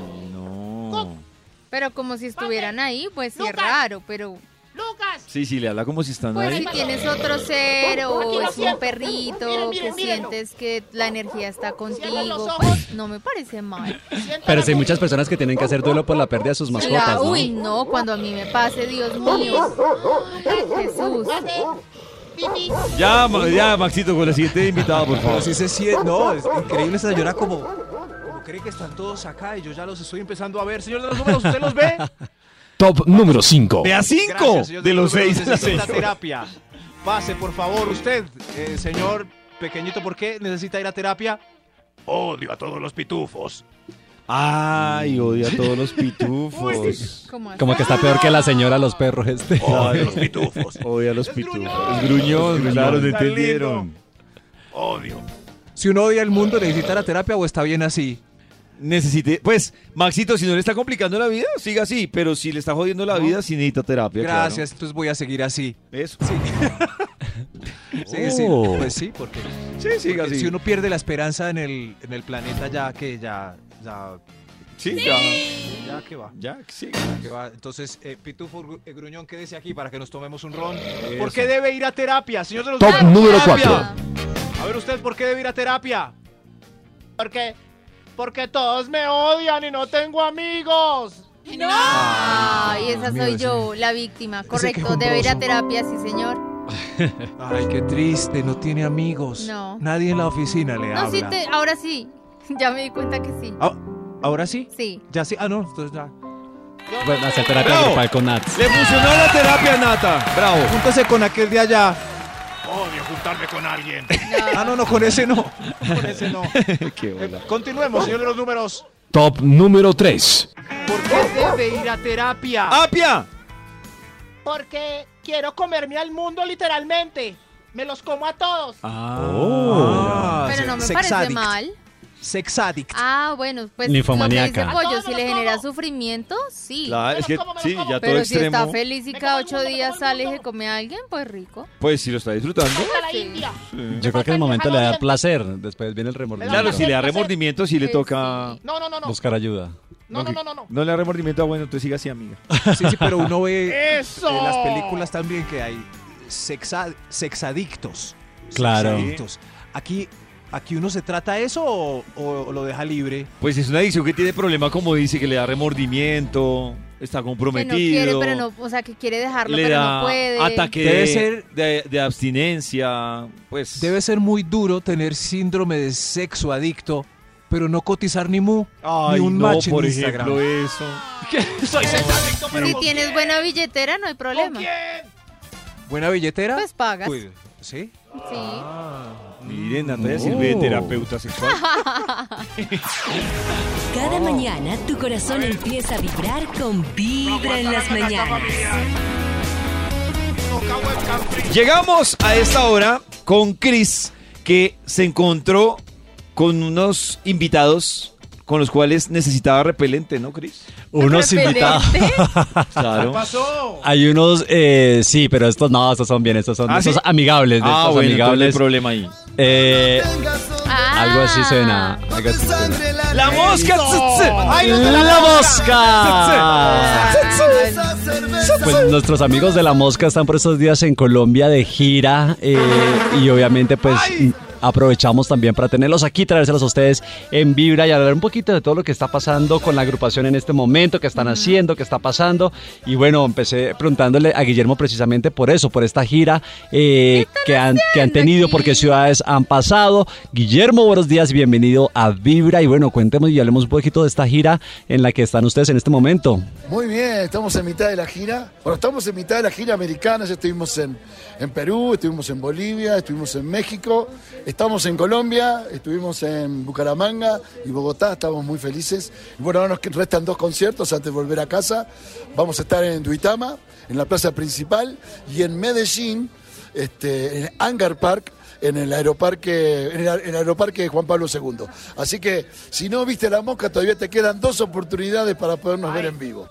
S4: Pero como si estuvieran ahí, pues sí es raro, pero...
S6: Lucas,
S2: Sí, sí, le habla como si están
S4: Pues
S2: ahí.
S4: si tienes otro ser
S6: Aquí
S4: o
S6: lo
S4: es un
S6: siento.
S4: perrito
S6: Miren,
S4: que
S6: miren, mírenlo.
S4: sientes que la energía está contigo,
S6: ojos.
S4: pues no me parece mal.
S10: Pero si hay muchas personas que tienen que hacer duelo por la pérdida de sus mascotas,
S4: La-
S10: ¿no?
S4: Uy, no, cuando a mí me pase, Dios mío. Ay, Jesús.
S2: Ya, Ma- ya, Maxito, con la siguiente invitada, por favor.
S1: Pero sí se siente, no, es increíble esa señora como, como cree que están todos acá y yo ya los estoy empezando a ver. Señor de los números, ¿usted los ve?
S14: Top número 5.
S2: De a cinco,
S1: señor
S2: de
S1: números,
S2: los seis. de la
S1: necesito esta
S2: señora.
S1: terapia. Pase, por favor, usted, eh, señor pequeñito, ¿por qué necesita ir a terapia? Odio a todos los pitufos.
S2: Ay, odia a todos los pitufos.
S10: Como que está peor que la señora los perros este.
S2: Odia a los pitufos. Odia a los pitufos. Es gruñón, claro, lo entendieron.
S1: Odio. Si uno odia el mundo, necesita la terapia o está bien así.
S2: Necesite, pues, Maxito, si no le está complicando la vida, siga así. Pero si le está jodiendo la vida, sí necesita terapia. claro.
S1: Gracias, entonces voy a seguir así.
S2: Eso.
S1: Sí. sí, sí,
S2: Oh.
S1: pues sí, porque,
S2: Sí, siga
S1: porque
S2: así.
S1: si uno pierde la esperanza en el, en el planeta ya que ya... ya
S2: Sí,
S1: ya,
S2: ya.
S1: ya que va.
S2: Ya, sí.
S1: que va. Entonces, eh, Pitufo Gru- eh, Gruñón, quédese aquí para que nos tomemos un ron. ¿Por qué debe ir a terapia, señor de los
S14: Top
S1: números?
S14: número
S1: Terapia.
S14: 4.
S1: A ver usted, ¿por qué debe ir a terapia?
S6: Porque, porque todos me odian y no tengo amigos.
S4: No. Ay, esa
S1: Dios
S4: soy
S1: mío,
S4: yo, la víctima. Ah, Correcto,
S1: quejumbroso.
S4: debe ir a terapia, sí, señor.
S1: Ay, qué triste, no tiene amigos.
S4: No.
S1: Nadie en la oficina le
S4: No,
S1: habla.
S4: sí, te- ahora sí. Ya me di cuenta que sí.
S1: Ah, ¿Ahora sí?
S4: Sí.
S1: Ya sí, ah, no, entonces ya.
S10: Bueno, hacer terapia
S2: Bravo.
S10: grupal con Nats.
S2: Le funcionó la terapia, Nata. Bravo.
S1: Júntese con aquel de allá.
S7: Odio juntarme con alguien.
S1: Ah, no, no, con ese no. Con ese no.
S2: Qué bola.
S1: Continuemos, señor de los números.
S14: Top número 3.
S1: ¿Por qué debe ir a terapia?
S2: ¡Apia!
S6: Porque quiero comerme al mundo literalmente. Me los como a todos.
S10: Oh.
S1: Ah,
S4: Pero
S1: se-
S4: no me
S1: sex
S4: parece
S1: addict.
S4: mal.
S1: Sex addict.
S4: Ah, bueno, pues
S10: Ninfomaníaca.
S4: lo que dice Pollo, si le genera sufrimiento, sí.
S2: Claro, es que sí, ya todo
S4: Pero si está
S2: extremo.
S4: feliz y cada ocho días sale y se come a alguien, pues rico.
S2: Pues si lo está disfrutando.
S10: Yo creo que el momento le da placer, después viene el remordimiento.
S2: Claro, si le da remordimiento, si le toca
S6: Eh, No, no, no, no.
S10: Buscar ayuda.
S6: No, no, no, no, no.
S2: No le da remordimiento, ah, bueno, entonces siga así, amiga.
S1: Sí, sí, pero uno ve
S6: ¡Eso!
S1: en las películas también que hay sexa- sexadictos.
S10: Claro.
S1: Sexadictos. Aquí, aquí uno se trata eso o, o lo deja libre.
S2: Pues es una adicción que tiene problema, como dice, que le da remordimiento, está
S4: Que no
S2: comprometido.
S4: quiere, pero no, o sea, que quiere dejarlo,
S2: le
S4: pero
S2: da
S4: no puede.
S2: ataque
S1: Debe
S2: de,
S1: ser-
S2: de, de abstinencia, pues
S1: Debe ser muy duro tener síndrome de sexo adicto, pero no cotizar ni mu,
S2: Ay,
S1: ni un
S2: no,
S1: match en
S2: por
S1: Instagram.
S2: ejemplo, eso.
S6: Soy sexadicto, pero
S4: Si
S6: ¿con
S4: tienes
S6: quién?
S4: buena billetera, no hay problema.
S1: Buena billetera.
S4: Pues pagas.
S1: Cuide. ¿Sí?
S4: Sí.
S2: Ah, Miren, Natalia sirve de terapeuta sexual.
S5: Cada mañana tu corazón empieza a vibrar con Vibra en las mañanas.
S2: Llegamos a esta hora con Chris, que se encontró con unos invitados con los cuales necesitaba repelente, ¿no, Chris?
S10: Unos invitados.
S2: Claro.
S1: pasó?
S10: Hay unos, eh, sí, pero estos no, estos son bien, estos son
S2: ¿Ah,
S10: de estos
S2: sí?
S10: amigables, de
S2: Ah,
S10: estos
S2: bueno, entonces no hay
S10: amigables.
S2: problema ahí.
S10: Eh,
S4: Ah.
S10: algo así suena. algo así suena.
S2: ¡La mosca! tss, tss. ¡Ay, no te la-
S10: ¡La mosca! Pues nuestros amigos de La Mosca están por estos días en Colombia de gira eh, y obviamente pues aprovechamos también para tenerlos aquí, traérselos a ustedes en Vibra y hablar un poquito de todo lo que está pasando con la agrupación en este momento, qué están haciendo, qué está pasando. Y bueno, empecé preguntándole a Guillermo precisamente por eso, por esta gira eh, que, han, que han tenido, por qué ciudades han pasado. Guillermo, buenos días, bienvenido a Vibra y bueno, cuéntemos y hablemos un poquito de esta gira en la que están ustedes en este momento.
S18: Muy bien, estamos en mitad de la gira. Bueno, estamos en mitad de la gira americana. Ya estuvimos en, en Perú, estuvimos en Bolivia, estuvimos en México, estamos en Colombia, estuvimos en Bucaramanga y Bogotá. Estamos muy felices. Y bueno, ahora nos que- restan dos conciertos antes de volver a casa. Vamos a estar en Duitama, en la plaza principal, y en Medellín, este, en Hangar Park. En el, aeroparque, en, el, aer- en el aeroparque de Juan Pablo II. Así que si no viste la mosca, todavía te quedan dos oportunidades para podernos ver en vivo.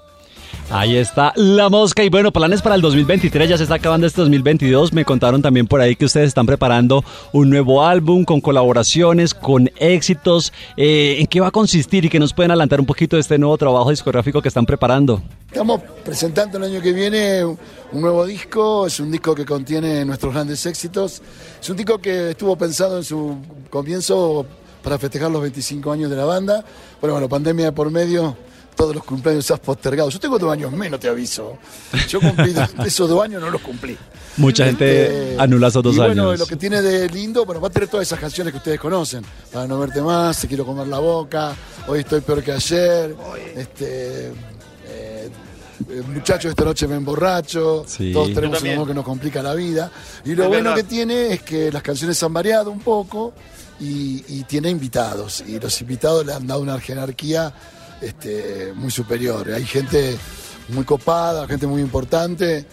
S10: Ahí está la mosca. Y bueno, planes para el 2023. Ya se está acabando este 2022. Me contaron también por ahí que ustedes están preparando un nuevo álbum con colaboraciones, con éxitos. Eh, ¿En qué va a consistir y que nos pueden adelantar un poquito de este nuevo trabajo discográfico que están preparando?
S18: Estamos presentando el año que viene un nuevo disco, es un disco que contiene nuestros grandes éxitos, es un disco que estuvo pensado en su comienzo para festejar los 25 años de la banda, pero bueno, pandemia de por medio, todos los cumpleaños se han postergado. Yo tengo dos años menos, te aviso. Yo cumplí dos- esos dos años, no los cumplí.
S10: Mucha gente
S18: Eh,
S10: anula esos dos
S18: y bueno,
S10: años.
S18: lo que tiene de lindo, bueno, va a tener todas esas canciones que ustedes conocen. Para no verte más, te quiero comer la boca, hoy estoy peor que ayer, este, eh, eh, muchachos, esta noche me emborracho,
S10: Sí.
S18: todos
S10: Yo
S18: tenemos un
S10: también.
S18: amor que nos complica la vida. Y lo
S10: Es
S18: bueno
S10: verdad.
S18: que tiene es que las canciones han variado un poco y, y tiene invitados. Y los invitados le han dado una jerarquía este, muy superior. Hay gente muy copada, gente muy importante.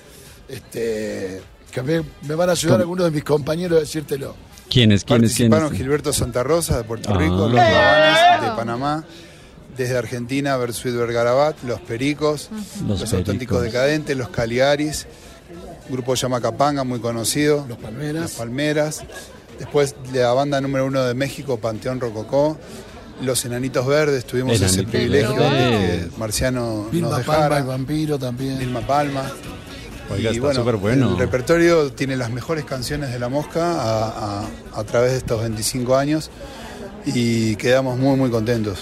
S18: Este, que me, me van a ayudar
S10: Com-
S18: algunos de mis compañeros a decírtelo.
S10: ¿Quiénes, quiénes, quiénes?
S19: Participaron Gilberto Santa Rosa de Puerto
S10: Ah.
S19: Rico, los
S10: ¡Eh!
S19: Rabanes de Panamá, desde Argentina, Bersuit Vergarabat, los Pericos,
S10: Los
S19: los, Auténticos
S10: Pericos.
S19: Decadentes, los Caligaris, grupo Yamacapanga, muy conocido, los
S18: Palmeras.
S19: Palmeras, después la banda número uno de México, Panteón Rococó, los Enanitos Verdes, tuvimos ese
S18: Enanitos
S19: privilegio
S18: Verdes.
S19: de que Marciano nos
S18: Vilma Palma,
S19: dejara,
S18: el vampiro también.
S19: Vilma Palma.
S10: Oiga, está superbueno.
S19: El repertorio tiene las mejores canciones de La Mosca a, a- a través de estos 25 años y quedamos muy, muy contentos.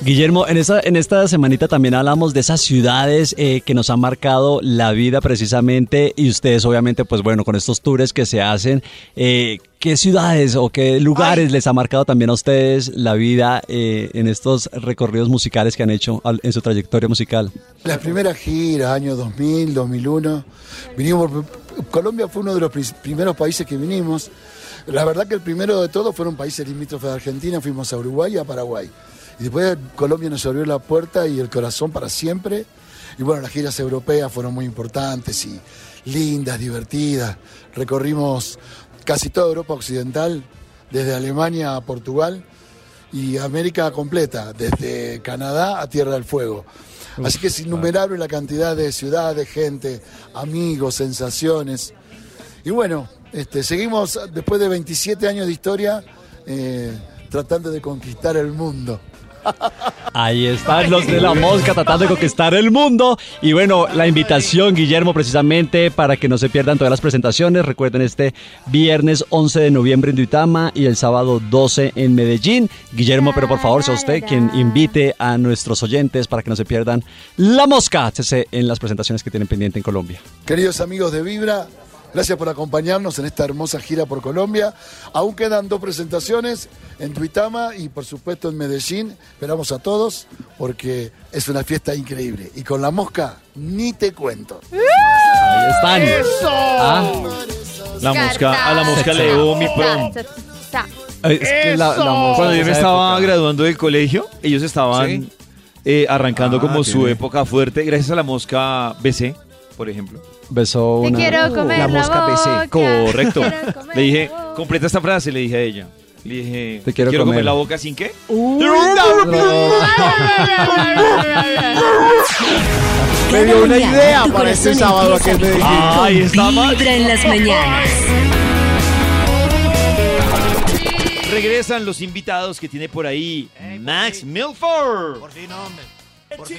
S10: Guillermo, en esta, en esta semanita también hablamos de esas ciudades eh, que nos han marcado la vida precisamente y ustedes obviamente, pues bueno, con estos tours que se hacen, eh, ¿qué ciudades o qué lugares les ha marcado también a ustedes la vida eh, en estos recorridos musicales que han hecho al- en su trayectoria musical?
S18: Las primeras giras, año 2000, 2001, vinimos por- Colombia fue uno de los pris- primeros países que vinimos. La verdad que el primero de todos fueron países limítrofes de Argentina, fuimos a Uruguay y a Paraguay. Y después Colombia nos abrió la puerta y el corazón para siempre. Y bueno, las giras europeas fueron muy importantes y lindas, divertidas. Recorrimos casi toda Europa Occidental, desde Alemania a Portugal y América completa, desde Canadá a Tierra del Fuego. Así que es innumerable la cantidad de ciudades, gente, amigos, sensaciones. Y bueno, este, seguimos después de 27 años de historia eh, tratando de conquistar el mundo.
S10: Ahí están los de la mosca tratando de conquistar el mundo. Y bueno, la invitación, Guillermo, precisamente para que no se pierdan todas las presentaciones. Recuerden este viernes 11 de noviembre en Duitama y el sábado 12 en Medellín. Guillermo, pero por favor, sea usted quien invite a nuestros oyentes para que no se pierdan la mosca HC, en las presentaciones que tienen pendiente en Colombia.
S18: Queridos amigos de Vibra, gracias por acompañarnos en esta hermosa gira por Colombia. Aún quedan dos presentaciones en Tuitama y por supuesto en Medellín. Esperamos a todos porque es una fiesta increíble. Y con la mosca, ni te cuento.
S10: Ahí están.
S18: ¡Eso!
S10: Ah,
S2: La mosca, a la mosca le debo mi prom.
S10: Eh, es que la- la ¡Eso! mosca
S2: Cuando
S10: de
S2: yo me
S10: esa
S2: estaba
S10: época.
S2: graduando del colegio, ellos estaban eh,
S10: Ah,
S2: arrancando como su época fuerte, gracias a la mosca BC, por ejemplo. Ah,
S10: Besó
S4: Te
S10: una.
S4: quiero comer la boca.
S2: Correcto.
S4: Te quiero comer
S2: Le dije, completa esta frase, le dije a ella. Le dije,
S10: Te quiero
S2: comer.
S10: comer.
S2: la boca sin qué.
S5: Cada
S7: dio una
S5: mañana
S7: idea
S5: tu
S7: para este
S5: corazón
S7: sábado aquí en
S5: empieza a
S7: Medellín.
S5: vibrar con
S7: Ahí está, Max.
S5: Vibra en las mañanas.
S2: Regresan los invitados que tiene por ahí Max Milford. Por
S7: fin, hombre.
S19: Por
S7: fin,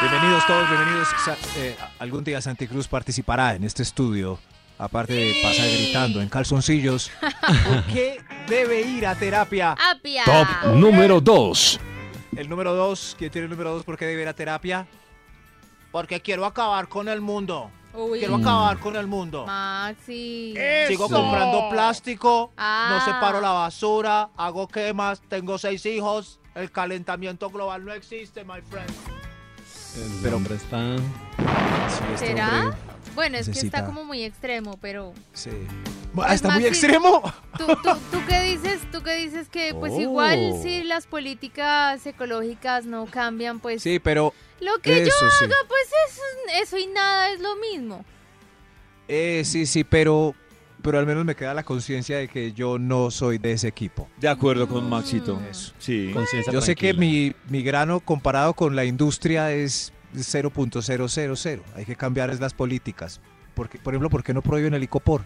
S1: Bienvenidos todos, bienvenidos. Sa- eh, algún día Santi Cruz participará en este estudio, aparte de pasar gritando en calzoncillos. ¿Por qué debe ir a terapia?
S4: Apia.
S14: Top número 2.
S1: El número dos, ¿quién tiene el número dos? ¿Por qué debe ir a terapia?
S6: Porque quiero acabar con el mundo.
S4: Uy.
S6: Quiero
S4: Mm.
S6: acabar con el mundo.
S4: Maxi.
S6: Sigo comprando plástico,
S4: Ah.
S6: no separo la basura, hago quemas, tengo seis hijos, el calentamiento global no existe, my friend.
S10: Pero hombre está. Este
S4: ¿Será? Bueno, es que
S1: necesita-
S4: está como muy extremo, pero.
S1: Sí.
S4: Pues,
S1: Ah, está muy
S4: Maxi,
S1: extremo.
S4: ¿Tú, tú, tú qué dices? ¿Tú qué dices que pues
S1: Oh.
S4: igual si las políticas ecológicas no cambian, pues
S1: Sí, pero
S4: lo que yo
S1: eso sí.
S4: haga, pues eso, eso y nada es lo mismo.
S1: Eh, sí, sí, pero, pero al menos me queda la conciencia de que yo no soy de ese equipo.
S2: De acuerdo con Maxito. Sí.
S1: Yo sé que mi, mi grano comparado con la industria es 0.000. Hay que cambiar es las políticas. Porque, por ejemplo, ¿por qué no prohíben el icopor?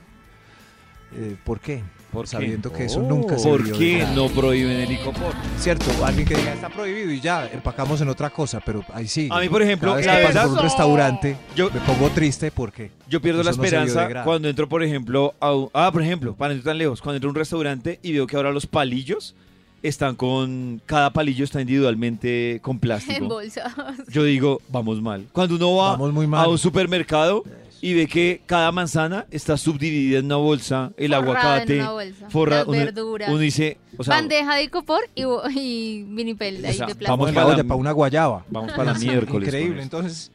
S1: Eh, ¿Por qué?
S2: ¿Por qué?
S1: Sabiendo que eso nunca se
S2: ¿Por
S1: vio
S2: qué
S1: de nada.
S2: no prohíben el icopor?
S1: Cierto, alguien que diga está prohibido y ya, empacamos en otra cosa, pero ahí sí.
S2: A mí, por ejemplo,
S1: Cada vez
S2: la
S1: que paso
S2: verdad-
S1: por un restaurante,
S2: Yo-
S1: me pongo triste porque.
S2: Yo pierdo la
S1: eso no se vio de
S2: esperanza
S1: grado.
S2: cuando entro, por ejemplo, a un- ah, por ejemplo, para no ir tan lejos, cuando entro a un restaurante y veo que ahora los palillos están con cada palillo está individualmente con
S4: En
S2: plástico.
S4: bolsas.
S2: Yo digo, vamos mal. Cuando uno va a un supermercado y ve que cada manzana está subdividida en una bolsa, el
S4: Forrada en
S2: aguacate,
S4: una bolsa,
S2: forra-
S4: las
S2: uno-
S4: verduras.
S2: Uno dice, o sea,
S4: Bandeja de icopor y, bo- y vinipel ahí
S2: sea, vamos
S4: de plástico.
S2: para la-
S1: para una guayaba.
S2: Vamos para la
S1: Sí,
S2: miércoles con
S1: Increíble.
S2: esto.
S1: Entonces,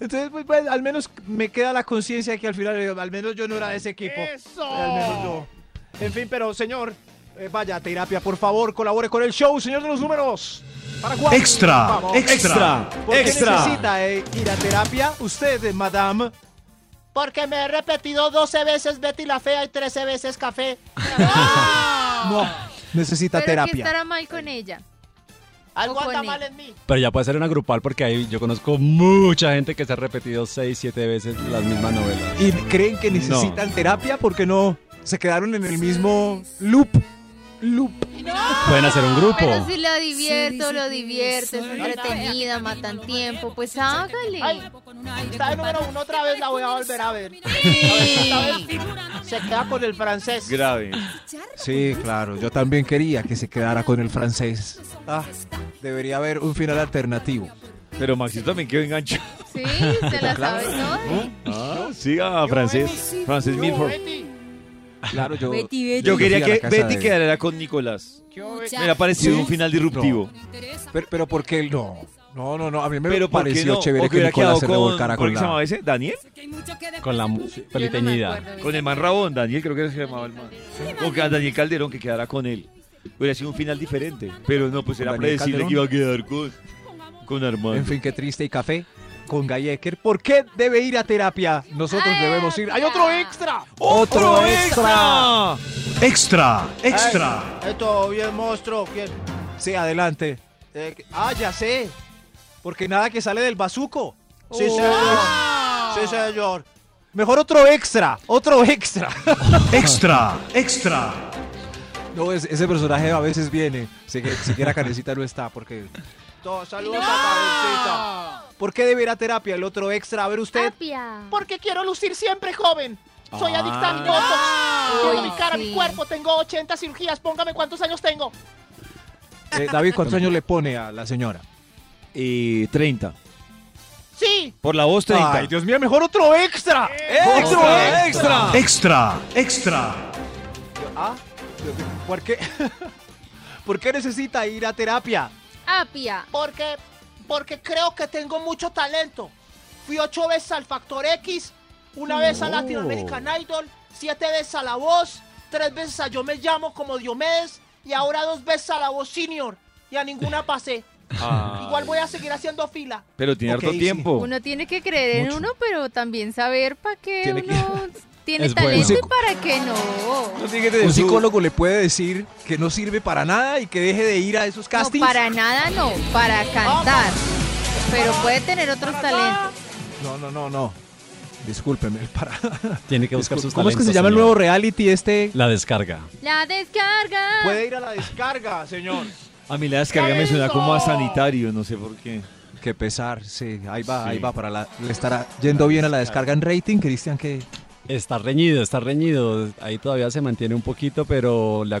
S1: entonces pues, pues, al menos me queda la conciencia de que al final, eh, al menos yo no era de ese equipo. Eh, Al menos yo. En fin, pero señor, eh, vaya a terapia, por favor, colabore con el show, señor de los números. ¿Para cuándo?
S7: Extra,
S1: Vamos.
S7: extra,
S1: ¿Por qué
S7: extra.
S1: necesita eh, ir a terapia? Usted, eh, madame.
S6: Porque me he repetido 12 veces Betty la Fea y 13 veces Café.
S1: No, necesita
S4: Pero que
S10: terapia.
S4: estará mal con ella.
S6: Algo
S4: O con
S6: anda
S4: él.
S6: mal en mí.
S10: Pero ya puede ser una grupal porque ahí yo conozco mucha gente que se ha repetido seis, siete veces las mismas novelas.
S1: ¿Y creen que necesitan terapia? Porque no se quedaron en el mismo loop. Loop.
S10: Pueden hacer un grupo.
S4: Pero si la divierto, lo divierto, es entretenida, matan tiempo, pues hágale.
S6: Está de número uno otra vez, la voy a volver a ver. A ver si esta vez Se queda con el francés.
S2: grave.
S1: Sí, claro, yo también quería que se quedara con el francés. Ah, debería haber un final alternativo.
S2: Pero Maxito también quedó enganchado.
S4: Sí, se la sabe toda.
S2: Ah, siga, francés, francés Milford.
S1: Claro, yo,
S4: Betty, Betty.
S2: yo quería
S1: Yo fui a
S2: que
S1: la casa
S2: Betty
S1: de-
S2: quedara con Nicolás.
S1: Betty?
S2: Me ha parecido
S1: ¿Sí?
S2: un final disruptivo.
S1: Pero, pero ¿por qué no? No, no, no, a mí me
S2: Pero ¿por qué
S1: pareció
S2: no?
S1: chévere
S2: ¿O que
S1: que
S2: hubiera
S1: Nicolás
S2: quedado
S1: se
S2: con-
S1: revolcara
S2: ¿cómo
S1: con,
S2: que se
S1: la...
S2: llamaba ese? ¿Daniel?
S10: Con la peliteñida.
S2: Con el man Rabón, Daniel creo que se llamaba el man. O que a Daniel Calderón que quedara con él. Hubiera sido un final diferente. Pero no, pues era
S1: Daniel
S2: predecible que iba a quedar con, con Armando.
S1: En fin, qué triste y café con Gallecker. ¿Por qué debe ir a terapia? Nosotros debemos ir. ¡Hay otro extra!
S7: ¡Otro extra!
S1: ¡Extra!
S6: Ay, Esto bien monstruo. ¿Quién?
S1: Sí, adelante.
S6: Eh, que-
S1: Ah, ya sé. Porque nada que sale del bazuco.
S6: Sí, señor. Sí, señor.
S1: Mejor otro extra, otro extra.
S7: Extra, extra.
S1: No, es- ese personaje a veces viene. Si- Siquiera Canecita no está, porque.
S6: To- Saludos a
S1: ¿Por qué debe ir a terapia el otro extra? A ver usted.
S6: cabecita. Porque quiero lucir siempre joven. Soy
S1: Ah.
S6: adicta a mi botox. Quiero
S4: Uy,
S6: mi cara,
S4: Ah, sí.
S6: mi cuerpo. Tengo 80 cirugías. Póngame cuántos años tengo.
S1: Eh, David, ¿cuántos años le pone a la señora?
S2: Y 30.
S6: Sí.
S2: Por la voz 30.
S1: Ay, Ah. Dios mío, mejor otro extra.
S7: ¡Otro extra!
S1: Eh, Extra, extra. Ah, ¿por qué? ¿Por qué necesita ir a terapia?
S4: Apia.
S6: Porque, porque creo que tengo mucho talento. Fui ocho veces al Factor X, una vez a
S1: Oh.
S6: Latin American Idol, siete veces a La Voz, tres veces a Yo Me Llamo como Diomedes y ahora dos veces a La Voz Senior y a ninguna pasé.
S2: Ah,
S6: Igual voy a seguir haciendo fila.
S2: pero tiene harto tiempo.
S4: Uno tiene que creer en uno, pero también saber para qué
S1: Tiene que-
S4: uno tiene
S1: Es bueno.
S4: talento
S1: Sí.
S4: y para qué no.
S1: Un psicólogo le puede decir que no sirve para nada y que deje de ir a esos
S4: No,
S1: castings.
S4: para nada no, para cantar. Pero puede tener otros talentos.
S1: No, no, no, no. Discúlpeme, el para.
S10: Tiene que buscar sus
S1: ¿Cómo es que se
S10: talentos,
S1: llama el
S10: señor.
S1: nuevo reality este?
S10: La descarga.
S4: La descarga.
S1: Puede ir a la descarga, señor.
S2: A mí la descarga me suena como a sanitario, no sé por qué.
S1: Qué pesar, sí. Ahí va,
S2: Sí.
S1: ahí va. Para la, le estará yendo bien a la descarga en rating, Cristian, que.
S10: Está reñido, está reñido. Ahí todavía se mantiene un poquito, pero le ha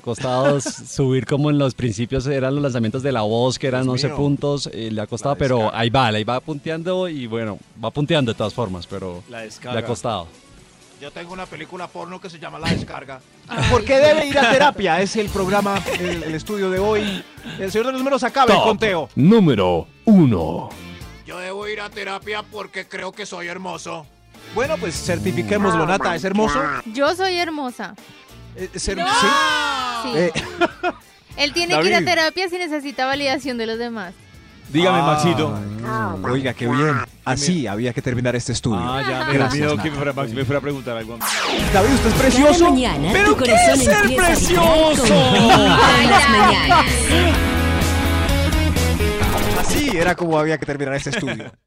S10: costado s- subir como en los principios eran los lanzamientos de La Voz, que eran
S1: Dios
S10: 11
S1: mío.
S10: puntos. eh, le ha costado, pero ahí va, ahí va punteando y bueno, va punteando de todas formas, pero
S7: La
S10: le
S7: descarga.
S10: ha costado.
S7: Yo tengo una película porno que se llama La Descarga.
S1: ¿Por qué debe ir a terapia? Es el programa, el, el estudio de hoy. El señor de los números acaba el
S14: Top
S1: conteo.
S14: número 1.
S7: Yo debo ir a terapia porque creo que soy hermoso.
S1: Bueno, pues certifiquémoslo, Nata. ¿Es hermoso?
S4: Yo soy hermosa.
S1: Eh, ser-
S4: No.
S1: ¿Sí?
S4: Sí.
S1: Eh,
S4: Él tiene que ir a
S1: David.
S4: terapia si necesita validación de los demás.
S2: Dígame, Maxito.
S1: Ah. Oiga, qué bien. Así había que terminar este estudio.
S2: Ah, ya, me
S1: Gracias,
S2: olvidó
S1: Nata.
S2: que me fuera, Max me fuera a preguntar algo. a mí.
S1: David, usted es precioso.
S5: Cada mañana
S1: ¿Pero
S5: tu
S1: qué
S5: corazón
S1: es ser
S5: empieza a
S1: precioso?
S5: vibrar en las mañanas.
S1: Así era como había que terminar este estudio.